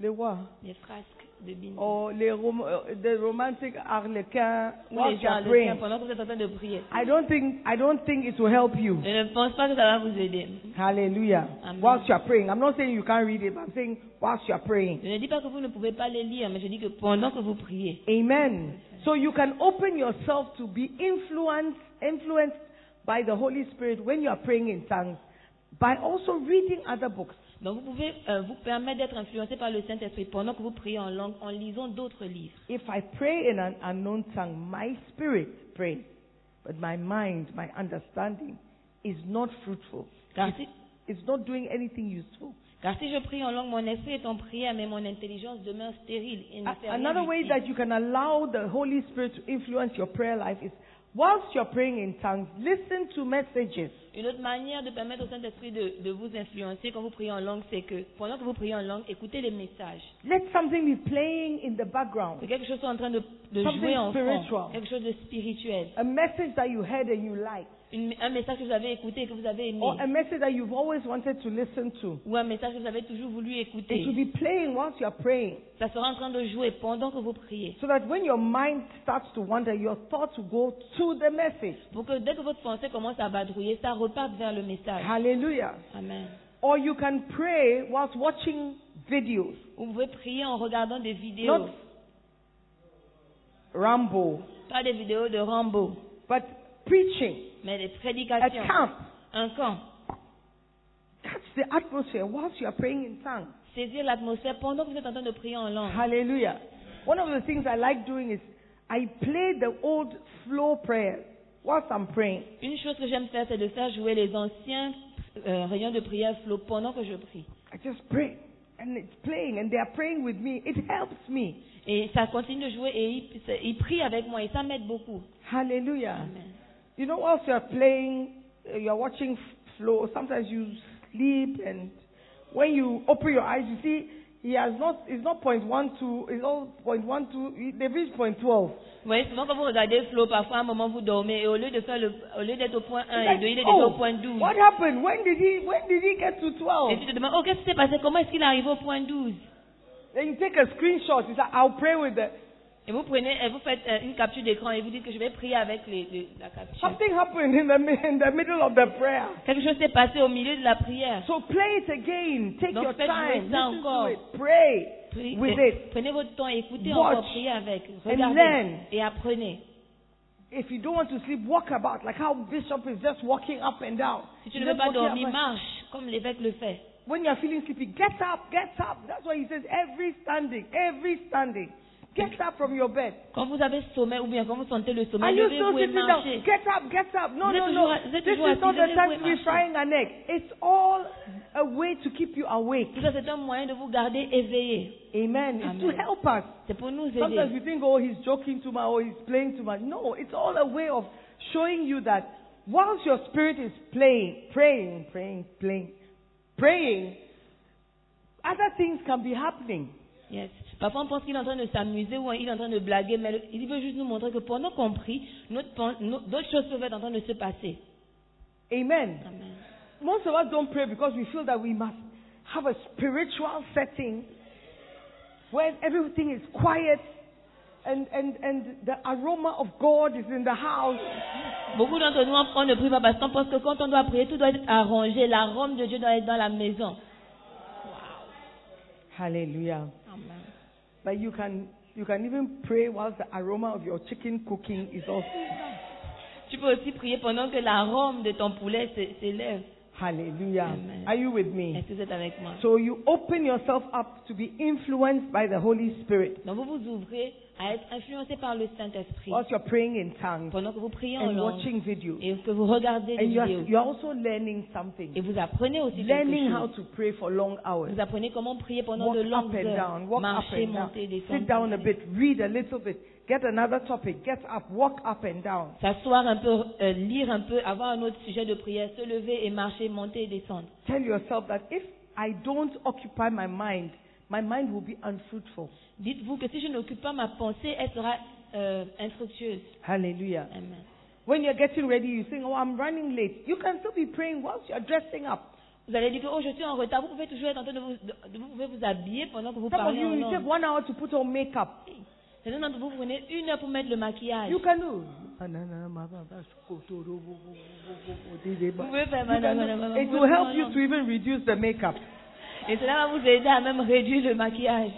[SPEAKER 4] Les Rois
[SPEAKER 2] les frasques de Bini.
[SPEAKER 4] or Les rom- uh, the Romantic Harlequin
[SPEAKER 2] Ou les
[SPEAKER 4] whilst you
[SPEAKER 2] gens
[SPEAKER 4] are
[SPEAKER 2] le tien
[SPEAKER 4] praying.
[SPEAKER 2] pendant que vous êtes en train de prier.
[SPEAKER 4] I don't think I don't think it will help you.
[SPEAKER 2] Je ne pense pas que ça va vous aider.
[SPEAKER 4] Hallelujah.
[SPEAKER 2] Eh. Amen.
[SPEAKER 4] Whilst you are praying, I'm not saying you can't read it, but I'm saying whilst you are praying.
[SPEAKER 2] Je ne dis pas que vous ne pouvez pas les lire, mais je dis que pendant que vous priez.
[SPEAKER 4] Amen. So you can open yourself to be influenced influenced by the Holy Spirit when you are praying in tongues by also reading other books.
[SPEAKER 2] Donc vous pouvez euh, vous permettre d'être influencé par le Saint-Esprit pendant que vous priez en langue, en lisant d'autres livres.
[SPEAKER 4] If I pray in an unknown tongue, my spirit prays, but my mind, my understanding is not fruitful.
[SPEAKER 2] Car si,
[SPEAKER 4] It's not doing anything useful.
[SPEAKER 2] car si je prie en langue, mon esprit est en prière, mais mon intelligence demeure stérile. et ne
[SPEAKER 4] A-
[SPEAKER 2] fait rien
[SPEAKER 4] Ah, Another way
[SPEAKER 2] d'utile.
[SPEAKER 4] that you can allow the Holy Spirit to influence your prayer life is whilst you're praying in tongues, listen to messages.
[SPEAKER 2] Une autre manière de permettre au Saint-Esprit de, de vous influencer quand vous priez en langue, c'est que pendant que vous priez en langue, écoutez les messages.
[SPEAKER 4] Let something be playing in the
[SPEAKER 2] Que
[SPEAKER 4] background.
[SPEAKER 2] quelque chose soit en train de, de
[SPEAKER 4] Something
[SPEAKER 2] jouer en
[SPEAKER 4] spiritual.
[SPEAKER 2] fond, quelque chose de spirituel.
[SPEAKER 4] A message that you heard and you liked,
[SPEAKER 2] Une- un message que vous avez écouté et que vous avez aimé.
[SPEAKER 4] or a message that you've always wanted to listen to.
[SPEAKER 2] Ou un message que vous avez toujours voulu
[SPEAKER 4] It
[SPEAKER 2] écouter.
[SPEAKER 4] will be playing whilst you're praying,
[SPEAKER 2] Ça sera en train de jouer pendant que vous priez.
[SPEAKER 4] so that when your mind starts to wander, your thoughts will go to the message.
[SPEAKER 2] Pour que dès que votre pensée commence à badrouiller, ça reparte vers le message.
[SPEAKER 4] Hallelujah.
[SPEAKER 2] Amen.
[SPEAKER 4] Or you can pray whilst watching videos,
[SPEAKER 2] Vous pouvez prier en regardant des vidéos.
[SPEAKER 4] not Rambo,
[SPEAKER 2] Pas des vidéos de Rambo,
[SPEAKER 4] but preaching
[SPEAKER 2] mais des
[SPEAKER 4] at
[SPEAKER 2] prédications.
[SPEAKER 4] camp.
[SPEAKER 2] Un camp.
[SPEAKER 4] Catch the atmosphere whilst you are praying in tongues.
[SPEAKER 2] Saisir l'atmosphère pendant que vous êtes en train de prier en langue.
[SPEAKER 4] Hallelujah. One of the things I like doing is I play the old flow prayers whilst I'm praying.
[SPEAKER 2] Une chose que j'aime faire, c'est de faire jouer les anciens euh, rayons de prière flots pendant que je prie.
[SPEAKER 4] I just pray and it's playing and they are praying with me. It helps me.
[SPEAKER 2] Et ça continue de jouer et ils, c'est- ils prient avec moi et ça m'aide beaucoup.
[SPEAKER 4] Hallelujah.
[SPEAKER 2] Amen.
[SPEAKER 4] You know, whilst you're playing, uh, you're watching f- flow, sometimes you sleep and when you open your eyes, you see he has not, it's not point one two, it's all point one two, he- they've reached point twelve.
[SPEAKER 2] Vous voyez, souvent quand vous regardez Flo, parfois à un moment vous dormez et au lieu de faire le, au lieu d'être au point 1 et
[SPEAKER 4] Like,
[SPEAKER 2] de, il est déjà
[SPEAKER 4] oh,
[SPEAKER 2] au point 12.
[SPEAKER 4] what happened? When did he when did he get to twelve?
[SPEAKER 2] Et tu te demandes, oh, qu'est-ce qui s'est passé? Comment est-ce qu'il est arrivé au point 12?
[SPEAKER 4] Then you take a screenshot. It's like, I'll pray with them.
[SPEAKER 2] Et vous prenez, et vous faites euh, une capture d'écran et vous dites que je vais prier avec les, les- la capture.
[SPEAKER 4] Something happened in the mi- in the middle of the prayer.
[SPEAKER 2] Quelque chose s'est passé au milieu de la prière.
[SPEAKER 4] So play it again. Take
[SPEAKER 2] Donc,
[SPEAKER 4] your
[SPEAKER 2] faites jouer
[SPEAKER 4] time.
[SPEAKER 2] ça
[SPEAKER 4] Listen
[SPEAKER 2] encore.
[SPEAKER 4] to it. Pray
[SPEAKER 2] Priez-
[SPEAKER 4] with it.
[SPEAKER 2] Prenez votre temps, écoutez
[SPEAKER 4] Watch
[SPEAKER 2] encore, priez avec,
[SPEAKER 4] and
[SPEAKER 2] regardez
[SPEAKER 4] learn.
[SPEAKER 2] et apprenez.
[SPEAKER 4] If you don't want to sleep, walk about. Like how Bishop is just walking up and down.
[SPEAKER 2] Si tu
[SPEAKER 4] He's
[SPEAKER 2] ne veux
[SPEAKER 4] just
[SPEAKER 2] pas
[SPEAKER 4] walking up
[SPEAKER 2] dormir,
[SPEAKER 4] and-
[SPEAKER 2] marche, comme l'évêque le fait.
[SPEAKER 4] When you're feeling sleepy, get up, get up. That's why he says every standing, every standing. Get up from your bed.
[SPEAKER 2] Quand vous avez sommeil ou bien quand vous sentez le
[SPEAKER 4] Are
[SPEAKER 2] sommeil,
[SPEAKER 4] you still
[SPEAKER 2] levez-vous et
[SPEAKER 4] sitting down?
[SPEAKER 2] marchez.
[SPEAKER 4] Get up, get up. No,
[SPEAKER 2] Vous êtes
[SPEAKER 4] no, no.
[SPEAKER 2] toujours- vous êtes
[SPEAKER 4] This
[SPEAKER 2] toujours
[SPEAKER 4] is not the
[SPEAKER 2] assis,
[SPEAKER 4] time to
[SPEAKER 2] levez-vous et
[SPEAKER 4] be frying an egg. It's all a way to keep you awake.
[SPEAKER 2] Tout ça, c'est un moyen de vous garder éveillé.
[SPEAKER 4] Amen. It's
[SPEAKER 2] Amen.
[SPEAKER 4] to help us.
[SPEAKER 2] C'est pour nous
[SPEAKER 4] Sometimes we
[SPEAKER 2] aider.
[SPEAKER 4] think, oh, he's joking too much, oh, he's playing too much. No, it's all a way of showing you that whilst your spirit is playing, praying, praying, playing, praying, other things can be happening.
[SPEAKER 2] Yes. Parfois, on pense qu'il est en train de s'amuser ou il est en train de blaguer, mais le- il veut juste nous montrer que pendant qu'on prie, notre pen- nos- d'autres choses peuvent être en train de se passer.
[SPEAKER 4] Amen.
[SPEAKER 2] Amen.
[SPEAKER 4] Most of us don't pray because we feel that we must have a spiritual setting where everything is quiet and, and, and the aroma of God is in the house.
[SPEAKER 2] Beaucoup d'entre nous, on on ne prie pas parce qu'on pense que quand on doit prier, tout doit être arrangé. L'arôme de Dieu doit être dans la maison.
[SPEAKER 4] Hallelujah.
[SPEAKER 2] Amen.
[SPEAKER 4] But you can you can even pray whilst the aroma of your chicken cooking is also
[SPEAKER 2] Tu peux aussi prier pendant que l'arôme de ton poulet s'é- s'élève.
[SPEAKER 4] hallelujah.
[SPEAKER 2] Amen.
[SPEAKER 4] Are you with
[SPEAKER 2] Est-ce
[SPEAKER 4] me?
[SPEAKER 2] que vous êtes avec moi?
[SPEAKER 4] So you open yourself up to be influenced by the Holy Spirit
[SPEAKER 2] Donc vous vous ouvrez à être influencé par le Saint-Esprit
[SPEAKER 4] whilst you're praying in tongues
[SPEAKER 2] pendant que vous priez en
[SPEAKER 4] and
[SPEAKER 2] langue
[SPEAKER 4] watching videos.
[SPEAKER 2] et que vous regardez des
[SPEAKER 4] And you're
[SPEAKER 2] vidéos.
[SPEAKER 4] you're also learning
[SPEAKER 2] Et
[SPEAKER 4] something.
[SPEAKER 2] vous apprenez aussi
[SPEAKER 4] Learning
[SPEAKER 2] quelque
[SPEAKER 4] how
[SPEAKER 2] chose.
[SPEAKER 4] to pray for long hours.
[SPEAKER 2] Vous apprenez comment prier pendant
[SPEAKER 4] Walk
[SPEAKER 2] de
[SPEAKER 4] up
[SPEAKER 2] longues
[SPEAKER 4] and
[SPEAKER 2] heures.
[SPEAKER 4] down, walk up
[SPEAKER 2] Marcher,
[SPEAKER 4] and down.
[SPEAKER 2] monter, descendre.
[SPEAKER 4] Sit down a bit, read a little bit, get another topic, get up, walk up and down.
[SPEAKER 2] S'asseoir un peu, euh, lire un peu, avoir un autre sujet de prière, se lever et marcher, monter et descendre.
[SPEAKER 4] Tell yourself that if I don't occupy my mind, my mind will be unfruitful.
[SPEAKER 2] Dites-vous que si je n'occupe pas ma pensée, elle sera euh, infructueuse.
[SPEAKER 4] Hallelujah.
[SPEAKER 2] Amen.
[SPEAKER 4] When you're getting ready, you think, Oh, I'm running late. You can still be praying whilst you're dressing up.
[SPEAKER 2] Vous allez dire que oh, je suis en retard. Vous pouvez toujours être en train de vous, de- de- vous pouvez vous habiller pendant que vous
[SPEAKER 4] Some of
[SPEAKER 2] parlez
[SPEAKER 4] you,
[SPEAKER 2] en
[SPEAKER 4] you take
[SPEAKER 2] langue.
[SPEAKER 4] one hour to put on makeup.
[SPEAKER 2] Certains d'entre vous prenez une heure pour mettre le maquillage.
[SPEAKER 4] You can do.
[SPEAKER 2] Vous pouvez faire
[SPEAKER 4] You can do- It will help you to even reduce the makeup.
[SPEAKER 2] Et cela va vous aider à même réduire le maquillage.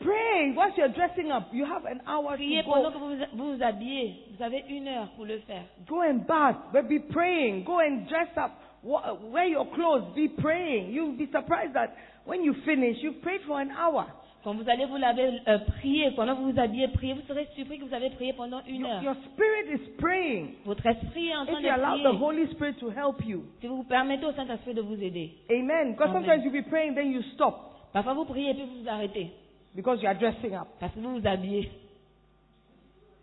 [SPEAKER 4] Pray whilst you're dressing up. You have an hour to
[SPEAKER 2] Priez pendant que
[SPEAKER 4] go.
[SPEAKER 2] vous vous, vous habillez. Vous avez une heure pour le faire.
[SPEAKER 4] Go and bath, but be praying. Go and dress up. Wa- Wear your clothes. Be praying. You'll be surprised that when you finish, you've prayed for an hour.
[SPEAKER 2] Quand vous allez vous laver, euh, prier. Pendant que vous vous habillez, priez. Vous serez surpris que vous avez prié pendant une
[SPEAKER 4] Your,
[SPEAKER 2] heure.
[SPEAKER 4] your spirit is praying.
[SPEAKER 2] Votre esprit est en train
[SPEAKER 4] If you allow
[SPEAKER 2] de
[SPEAKER 4] the
[SPEAKER 2] prier.
[SPEAKER 4] Holy Spirit to help you.
[SPEAKER 2] Si vous vous permettez au Saint-Esprit de vous aider.
[SPEAKER 4] Amen. Because
[SPEAKER 2] Amen.
[SPEAKER 4] sometimes you'll be praying, then you stop
[SPEAKER 2] Parfois vous priez et puis vous vous arrêtez.
[SPEAKER 4] because you are dressing up.
[SPEAKER 2] Parce que vous vous habillez.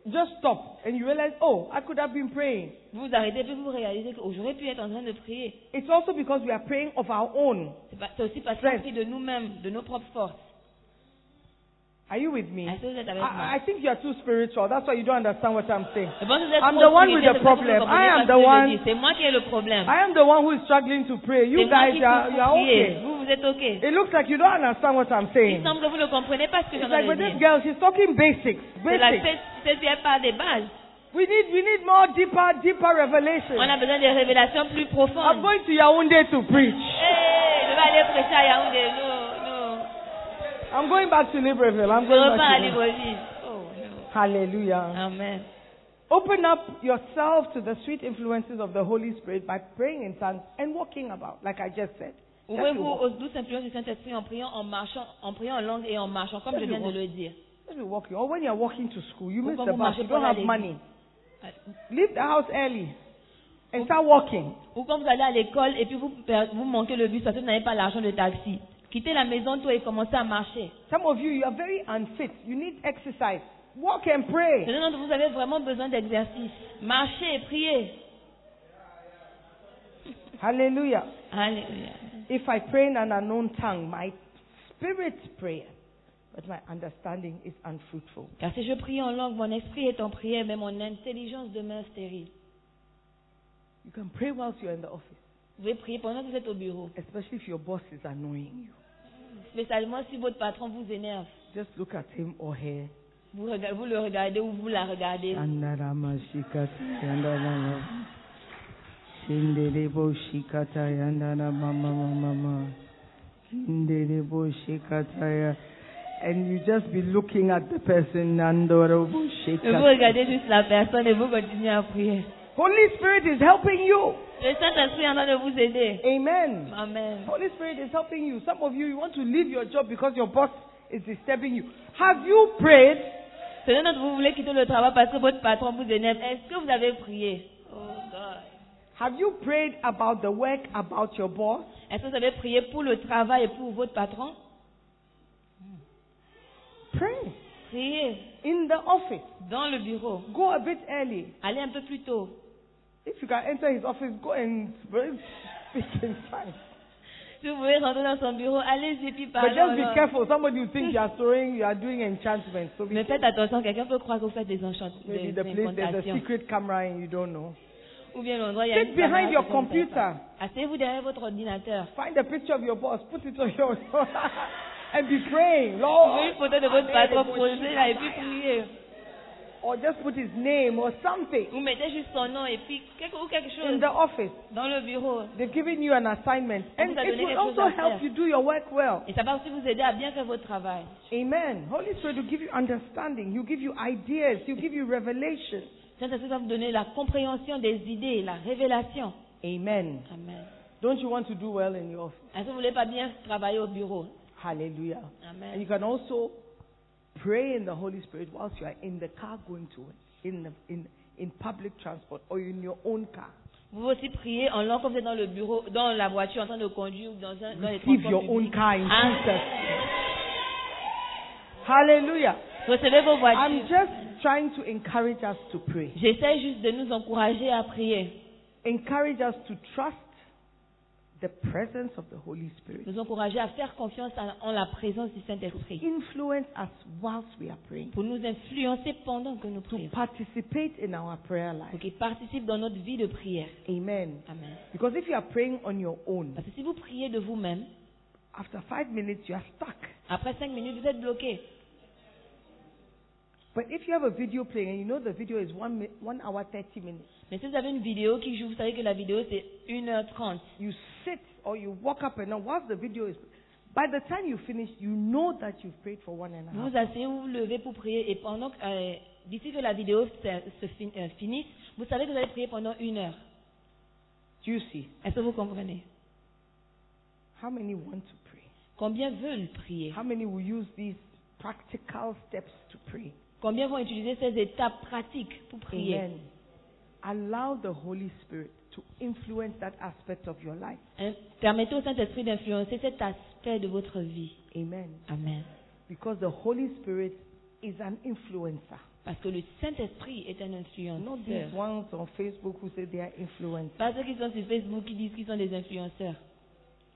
[SPEAKER 4] Just stop and you realize, oh, I could have been praying.
[SPEAKER 2] Vous vous arrêtez et puis vous réalisez que oh, j'aurais pu être en train de prier.
[SPEAKER 4] It's also because we are praying of our own.
[SPEAKER 2] C'est pas- c'est aussi parce qu'on
[SPEAKER 4] Strength.
[SPEAKER 2] prie de nous-mêmes, de nos propres forces.
[SPEAKER 4] Are you with me?
[SPEAKER 2] Est-ce que vous êtes avec moi?
[SPEAKER 4] I, I think you are too spiritual. That's why you don't understand what I'm saying.
[SPEAKER 2] Je pense que vous êtes
[SPEAKER 4] I'm
[SPEAKER 2] trop
[SPEAKER 4] the one with
[SPEAKER 2] spirituel,
[SPEAKER 4] the
[SPEAKER 2] c'est pour ça que vous
[SPEAKER 4] problem.
[SPEAKER 2] comprenez
[SPEAKER 4] I
[SPEAKER 2] pas ce
[SPEAKER 4] am the
[SPEAKER 2] que je
[SPEAKER 4] one-
[SPEAKER 2] dis. C'est moi qui ai le problème.
[SPEAKER 4] I am the one who is struggling to pray.
[SPEAKER 2] C'est
[SPEAKER 4] You
[SPEAKER 2] moi
[SPEAKER 4] guys
[SPEAKER 2] qui
[SPEAKER 4] are
[SPEAKER 2] souffre
[SPEAKER 4] you are
[SPEAKER 2] pour prier.
[SPEAKER 4] okay.
[SPEAKER 2] Vous, vous êtes OK.
[SPEAKER 4] It looks like you don't understand what I'm
[SPEAKER 2] Il
[SPEAKER 4] saying.
[SPEAKER 2] semble que vous ne comprenez pas ce que je
[SPEAKER 4] It's
[SPEAKER 2] viens
[SPEAKER 4] like
[SPEAKER 2] de
[SPEAKER 4] with this
[SPEAKER 2] dire.
[SPEAKER 4] girl, she's talking basics.
[SPEAKER 2] C'est la
[SPEAKER 4] Basics.
[SPEAKER 2] fête, cette vieille part des bases.
[SPEAKER 4] We need we need more deeper deeper
[SPEAKER 2] On
[SPEAKER 4] revelation.
[SPEAKER 2] a besoin de révélations plus
[SPEAKER 4] I'm
[SPEAKER 2] profondes.
[SPEAKER 4] going to Yaoundé to preach.
[SPEAKER 2] Hey, je vais aller prêcher à Yaoundé. Non, non.
[SPEAKER 4] I'm going back to Libreville. I'm
[SPEAKER 2] Je
[SPEAKER 4] going
[SPEAKER 2] repars à
[SPEAKER 4] back to
[SPEAKER 2] Libreville. Oh, non.
[SPEAKER 4] Hallelujah. Oh.
[SPEAKER 2] Amen.
[SPEAKER 4] Open up yourself to the sweet influences of the Holy Spirit by praying in tongues and walking about, like I just said. Just you
[SPEAKER 2] Ouvrez-vous
[SPEAKER 4] walk.
[SPEAKER 2] aux douces influences du Saint-Esprit en priant, en marchant, en priant en langue et en marchant, comme je viens de le dire.
[SPEAKER 4] Just you walking. Or when you're walking to school, you
[SPEAKER 2] Ou
[SPEAKER 4] miss
[SPEAKER 2] quand
[SPEAKER 4] the
[SPEAKER 2] vous
[SPEAKER 4] bus,
[SPEAKER 2] marchez
[SPEAKER 4] you don't
[SPEAKER 2] pour
[SPEAKER 4] have
[SPEAKER 2] aller.
[SPEAKER 4] money. Leave the house early and start walking.
[SPEAKER 2] Ou quand vous allez à l'école et puis vous, per- vous manquez le bus parce que vous n'avez pas l'argent de taxi. Quittez la maison toi et commencez à marcher.
[SPEAKER 4] Some of you, you are very unfit. You need exercise. Walk and pray.
[SPEAKER 2] Certains d'entre vous avez vraiment besoin d'exercice. Marchez, priez.
[SPEAKER 4] Hallelujah.
[SPEAKER 2] Alléluia.
[SPEAKER 4] If I pray in an unknown tongue, my spirit prayer, but my understanding is unfruitful.
[SPEAKER 2] Car si je prie en langue, mon esprit est en prière, mais mon intelligence demeure stérile.
[SPEAKER 4] You can pray whilst you're in the office,
[SPEAKER 2] Vous pouvez prier pendant que vous êtes au bureau.
[SPEAKER 4] especially if your boss is annoying you.
[SPEAKER 2] Spécialement si votre patron vous énerve.
[SPEAKER 4] Just look at him or her.
[SPEAKER 2] Vous, rega- vous le regardez ou vous la regardez.
[SPEAKER 4] Ah, Andarama shikata yandarama. Shindelebo shikata yandarama mama mama. Shindelebo shikata ya- And you just be looking at the person. Nandorobo
[SPEAKER 2] Et Vous
[SPEAKER 4] shikata.
[SPEAKER 2] regardez juste la personne et vous continuez à prier.
[SPEAKER 4] Holy Spirit is helping you.
[SPEAKER 2] Le Saint-Esprit est en train de vous aider.
[SPEAKER 4] Amen.
[SPEAKER 2] Amen.
[SPEAKER 4] Holy Spirit is helping you. Some of you, you want to leave your job because your boss is disturbing you. Have you prayed?
[SPEAKER 2] Tenez notre, vous voulez quitter le travail parce que votre patron vous énerve. Est-ce que vous avez prié? Oh God.
[SPEAKER 4] Have you prayed about the work, about your boss?
[SPEAKER 2] Est-ce que vous avez prié pour le travail et pour votre patron?
[SPEAKER 4] Pray.
[SPEAKER 2] Priez
[SPEAKER 4] In the office.
[SPEAKER 2] dans le bureau.
[SPEAKER 4] Go a bit early.
[SPEAKER 2] Allez un peu plus tôt.
[SPEAKER 4] If you can enter his office, go and speak in tongues.
[SPEAKER 2] Si vous voulez rentrer dans son bureau, allez-y puis
[SPEAKER 4] But
[SPEAKER 2] parlez. en
[SPEAKER 4] just be
[SPEAKER 2] langue.
[SPEAKER 4] careful. Somebody will think you are throwing, you are doing enchantment. So be
[SPEAKER 2] Mais faites attention, quelqu'un peut croire que vous faites des enchantements,
[SPEAKER 4] Maybe
[SPEAKER 2] des
[SPEAKER 4] the place there's a
[SPEAKER 2] incantations.
[SPEAKER 4] secret camera and you don't know.
[SPEAKER 2] Ou bien l'endroit, il y a
[SPEAKER 4] Sit
[SPEAKER 2] une
[SPEAKER 4] behind
[SPEAKER 2] caméra
[SPEAKER 4] your
[SPEAKER 2] que vous ne savez
[SPEAKER 4] computer.
[SPEAKER 2] pas. Asseyez-vous derrière votre ordinateur.
[SPEAKER 4] Find a picture of your boss, put it on your and be
[SPEAKER 2] Trouvez
[SPEAKER 4] praying, Lord.
[SPEAKER 2] une photo de votre patron, posez-la et puis priez.
[SPEAKER 4] Or just put his name or something
[SPEAKER 2] Vous mettez juste son nom et puis quelque, ou quelque chose
[SPEAKER 4] in the office.
[SPEAKER 2] dans le bureau.
[SPEAKER 4] They've given you an assignment, and
[SPEAKER 2] vous a
[SPEAKER 4] it
[SPEAKER 2] donné
[SPEAKER 4] will
[SPEAKER 2] quelque chose
[SPEAKER 4] also
[SPEAKER 2] à
[SPEAKER 4] help
[SPEAKER 2] faire.
[SPEAKER 4] you do your work well.
[SPEAKER 2] Et ça va aussi vous aider à bien faire votre travail.
[SPEAKER 4] Amen. Holy Spirit will give you understanding. He'll give you ideas. He'll give you revelation.
[SPEAKER 2] Saint-Esprit va vous donner la compréhension des idées, la révélation.
[SPEAKER 4] Amen.
[SPEAKER 2] Amen.
[SPEAKER 4] Don't you want to do well in your office?
[SPEAKER 2] Est-ce que vous voulez pas bien travailler au bureau?
[SPEAKER 4] Hallelujah.
[SPEAKER 2] Amen.
[SPEAKER 4] And you can also pray in the Holy Spirit whilst you are in the car going to work, in, the, in, in public transport or in your own car.
[SPEAKER 2] Vous pouvez aussi prier en langue comme vous êtes dans le bureau, dans la voiture en train de conduire ou dans, un, dans les
[SPEAKER 4] Receive your
[SPEAKER 2] transports
[SPEAKER 4] own
[SPEAKER 2] publics.
[SPEAKER 4] car in
[SPEAKER 2] Ah.
[SPEAKER 4] Jesus. Hallelujah.
[SPEAKER 2] Recevez vos
[SPEAKER 4] I'm
[SPEAKER 2] voitures.
[SPEAKER 4] just trying to encourage us to pray.
[SPEAKER 2] J'essaie juste de nous encourager à prier.
[SPEAKER 4] Encourage us to trust the presence of the Holy Spirit.
[SPEAKER 2] Nous encourager à faire confiance en- en la présence du Saint-Esprit.
[SPEAKER 4] Influence us whilst we are praying.
[SPEAKER 2] Pour nous influencer pendant que nous
[SPEAKER 4] To
[SPEAKER 2] prions.
[SPEAKER 4] participate in our prayer
[SPEAKER 2] Pour
[SPEAKER 4] life.
[SPEAKER 2] qu'ils participent dans notre vie de prière.
[SPEAKER 4] Amen.
[SPEAKER 2] Amen.
[SPEAKER 4] Because if you are praying on your own,
[SPEAKER 2] Parce que si vous priez de vous-même,
[SPEAKER 4] after five minutes you are stuck.
[SPEAKER 2] après cinq minutes, vous êtes bloqué.
[SPEAKER 4] But if you have a video playing and you know the video is one, mi- one hour, 30 minutes,
[SPEAKER 2] Mais si vous avez une vidéo qui joue, vous savez que la vidéo c'est 1h30.
[SPEAKER 4] you sit or you walk up and down whilst the video is. By the time you finish, you know that you've prayed for one and a
[SPEAKER 2] Vous
[SPEAKER 4] half.
[SPEAKER 2] vous asseyez, vous vous levez pour prier et pendant que, euh, d'ici que la vidéo se, se fin- euh, finisse, vous savez que vous allez prier pendant une heure.
[SPEAKER 4] Do you see?
[SPEAKER 2] Est-ce que vous comprenez
[SPEAKER 4] How many want to pray?
[SPEAKER 2] Combien veulent prier
[SPEAKER 4] How many will use these practical steps to pray?
[SPEAKER 2] Combien vont utiliser ces étapes pratiques pour prier
[SPEAKER 4] Amen. Allow the Holy Spirit to influence that aspect of your life.
[SPEAKER 2] Hein, Permettez au Saint-Esprit d'influencer cet aspect de votre vie.
[SPEAKER 4] Amen.
[SPEAKER 2] Amen.
[SPEAKER 4] Because the Holy Spirit is an influencer.
[SPEAKER 2] Parce que le Saint-Esprit est un
[SPEAKER 4] Not these
[SPEAKER 2] influenceur.
[SPEAKER 4] ones on Facebook who say they are influencers.
[SPEAKER 2] Pas ceux qui sont sur Facebook qui disent qu'ils sont des influenceurs.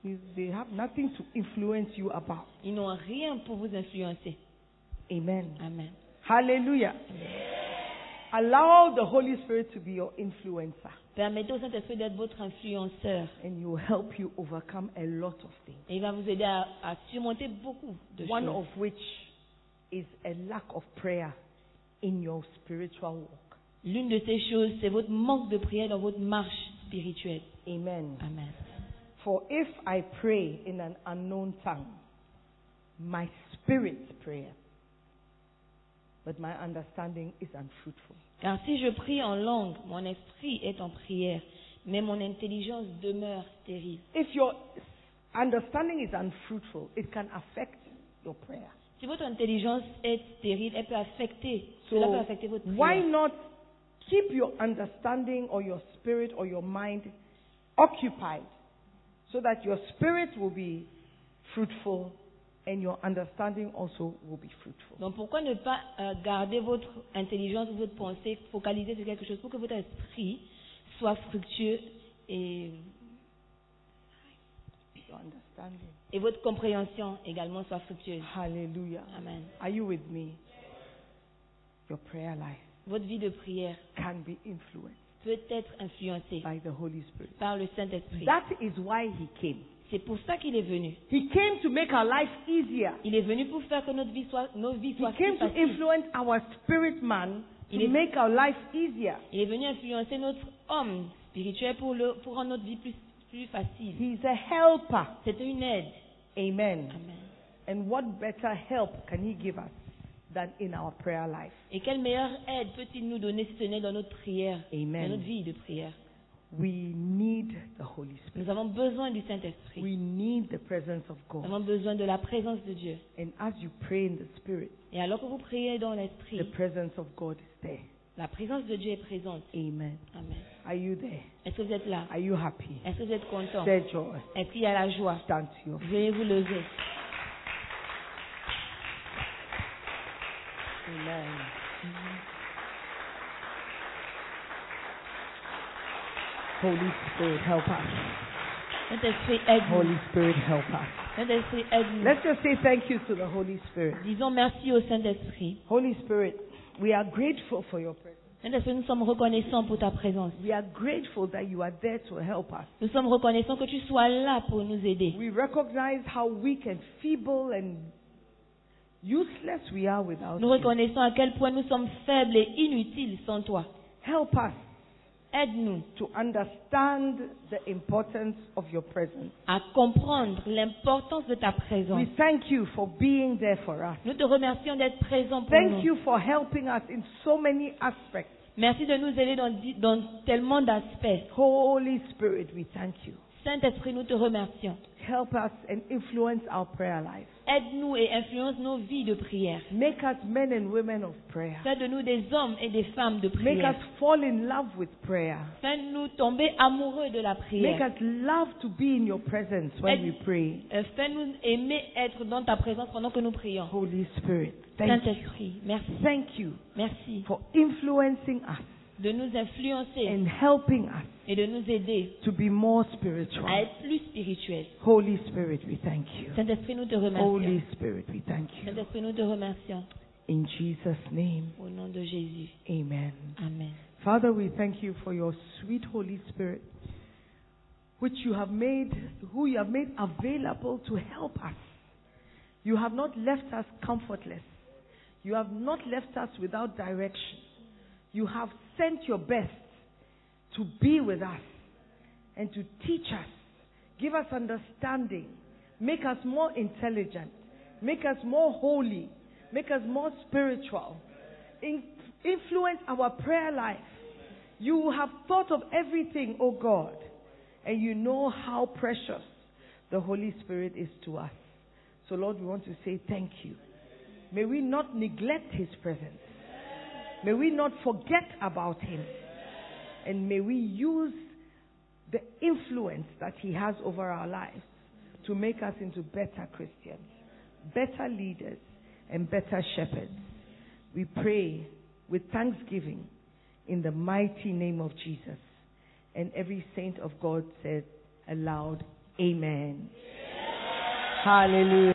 [SPEAKER 4] Is They have nothing to influence you about.
[SPEAKER 2] Ils n'ont rien pour vous influencer.
[SPEAKER 4] Amen.
[SPEAKER 2] Amen.
[SPEAKER 4] Hallelujah. Allow the Holy Spirit to be your influencer,
[SPEAKER 2] Permettez au Saint-Esprit d'être votre influenceur.
[SPEAKER 4] and He will help you overcome a lot of things.
[SPEAKER 2] Et il va vous aider à, à surmonter beaucoup de
[SPEAKER 4] One
[SPEAKER 2] choses.
[SPEAKER 4] of which is a lack of prayer in your spiritual walk.
[SPEAKER 2] L'une de ces choses, c'est votre manque de prière dans votre marche spirituelle.
[SPEAKER 4] Amen.
[SPEAKER 2] Amen.
[SPEAKER 4] For if I pray in an unknown tongue, my spirit prayer, but my understanding is unfruitful.
[SPEAKER 2] Car si je prie en langue, mon esprit est en prière, mais mon intelligence demeure stérile.
[SPEAKER 4] If your understanding is unfruitful, it can affect your prayer.
[SPEAKER 2] Si votre intelligence est stérile, elle peut affecter,
[SPEAKER 4] So
[SPEAKER 2] cela peut affecter votre prière.
[SPEAKER 4] why not keep your understanding or your spirit or your mind occupied so that your spirit will be fruitful and your understanding also will be fruitful.
[SPEAKER 2] Donc pourquoi ne pas euh, garder votre intelligence ou votre pensée focalisée sur quelque chose pour que votre esprit soit fructueux et,
[SPEAKER 4] Your understanding.
[SPEAKER 2] et votre compréhension également soit fructueuse.
[SPEAKER 4] Hallelujah.
[SPEAKER 2] Amen.
[SPEAKER 4] Are you with me? Your prayer life
[SPEAKER 2] Votre vie de prière
[SPEAKER 4] can be influenced
[SPEAKER 2] peut être influencée
[SPEAKER 4] by the Holy Spirit.
[SPEAKER 2] par le Saint-Esprit.
[SPEAKER 4] That is why he came.
[SPEAKER 2] C'est pour ça qu'il est venu.
[SPEAKER 4] He came to make our life easier.
[SPEAKER 2] Il est venu pour faire que notre vie soit, nos vies
[SPEAKER 4] He
[SPEAKER 2] soient plus
[SPEAKER 4] came to
[SPEAKER 2] faciles.
[SPEAKER 4] influence our spirit man
[SPEAKER 2] Il
[SPEAKER 4] to
[SPEAKER 2] est-
[SPEAKER 4] make our life easier.
[SPEAKER 2] Il est venu influencer notre homme spirituel pour, le, pour rendre notre vie plus, plus facile.
[SPEAKER 4] He's a helper.
[SPEAKER 2] C'est une aide.
[SPEAKER 4] Amen.
[SPEAKER 2] Amen.
[SPEAKER 4] And what better help can he give us than in our prayer life?
[SPEAKER 2] Et quelle meilleure aide peut-il nous donner si ce n'est dans notre prière,
[SPEAKER 4] Amen.
[SPEAKER 2] dans notre vie de prière
[SPEAKER 4] We need the Holy Spirit.
[SPEAKER 2] Nous avons besoin du Saint-Esprit.
[SPEAKER 4] We need the presence of
[SPEAKER 2] Nous
[SPEAKER 4] God.
[SPEAKER 2] avons besoin de la présence de Dieu.
[SPEAKER 4] And as you pray in the Spirit,
[SPEAKER 2] Et alors que vous priez dans
[SPEAKER 4] the
[SPEAKER 2] l'Esprit,
[SPEAKER 4] presence of God is there.
[SPEAKER 2] la présence de Dieu est présente.
[SPEAKER 4] Amen.
[SPEAKER 2] Amen.
[SPEAKER 4] Are you there?
[SPEAKER 2] Est-ce que vous êtes là?
[SPEAKER 4] Are you happy?
[SPEAKER 2] Est-ce que vous êtes content?
[SPEAKER 4] Share joy.
[SPEAKER 2] Est-ce qu'il y a la joie?
[SPEAKER 4] Stand to your
[SPEAKER 2] Veuillez vous lever.
[SPEAKER 4] Amen. Holy Spirit, help us.
[SPEAKER 2] Saint-Esprit, aide-nous.
[SPEAKER 4] Holy Spirit, help us.
[SPEAKER 2] Saint-Esprit, aide-nous.
[SPEAKER 4] Let's just say thank you to the Holy Spirit.
[SPEAKER 2] Disons merci au Saint-Esprit.
[SPEAKER 4] Holy Spirit, we are grateful for your presence.
[SPEAKER 2] Saint-Esprit, nous sommes reconnaissants pour ta présence.
[SPEAKER 4] We are grateful that you are there to help us.
[SPEAKER 2] Nous sommes reconnaissants que tu sois là pour nous aider.
[SPEAKER 4] We recognize how weak and feeble and useless we are without
[SPEAKER 2] Nous
[SPEAKER 4] you.
[SPEAKER 2] reconnaissons à quel point nous sommes faibles et inutiles sans toi.
[SPEAKER 4] Help us
[SPEAKER 2] Aide-nous
[SPEAKER 4] to understand the importance of your presence.
[SPEAKER 2] à comprendre l'importance de ta présence.
[SPEAKER 4] We thank you for being there for us.
[SPEAKER 2] Nous te remercions d'être présent pour
[SPEAKER 4] Thank
[SPEAKER 2] nous.
[SPEAKER 4] you for helping us in so many aspects.
[SPEAKER 2] Merci de nous aider dans, di- dans tellement d'aspects.
[SPEAKER 4] Holy Spirit, we thank you.
[SPEAKER 2] Saint-Esprit, nous te remercions.
[SPEAKER 4] Help us and influence our prayer life.
[SPEAKER 2] Aide-nous et influence nos vies de prière.
[SPEAKER 4] Make us men and women of prayer.
[SPEAKER 2] Fais de nous des hommes et des femmes de
[SPEAKER 4] Make us
[SPEAKER 2] prière.
[SPEAKER 4] fall in love with prayer.
[SPEAKER 2] Fais-nous tomber amoureux de la
[SPEAKER 4] Make
[SPEAKER 2] prière.
[SPEAKER 4] us love to be in your presence when we pray.
[SPEAKER 2] Euh, Fais-nous aimer être dans ta présence pendant que nous prions.
[SPEAKER 4] Holy Spirit, Oh, thank you.
[SPEAKER 2] Saint-Esprit, merci.
[SPEAKER 4] Thank you
[SPEAKER 2] Merci
[SPEAKER 4] for influencing us
[SPEAKER 2] de nous influencer
[SPEAKER 4] and helping us
[SPEAKER 2] et de nous aider
[SPEAKER 4] to be more
[SPEAKER 2] à
[SPEAKER 4] spiritual.
[SPEAKER 2] être plus spirituels.
[SPEAKER 4] Holy Spirit, we thank you.
[SPEAKER 2] Saint-Esprit, nous te
[SPEAKER 4] Holy
[SPEAKER 2] remercions.
[SPEAKER 4] Spirit, we thank you.
[SPEAKER 2] Saint-Esprit, nous te remercions.
[SPEAKER 4] In Jesus' name,
[SPEAKER 2] Au nom de Jésus.
[SPEAKER 4] amen.
[SPEAKER 2] Amen.
[SPEAKER 4] Father, we thank you for your sweet Holy Spirit, which you have made, who you have made available to help us. You have not left us comfortless. You have not left us without direction. You have sent your best to be with us and to teach us, give us understanding, make us more intelligent, make us more holy, make us more spiritual, in- influence our prayer life. You have thought of everything, O God, and you know how precious the Holy Spirit is to us. So, Lord, we want to say thank you. May we not neglect His presence. May we not forget about Him. And may we use the influence that He has over our lives to make us into better Christians, better leaders, and better shepherds. We pray with thanksgiving in the mighty name of Jesus. And every saint of God said aloud, Amen. Hallelujah.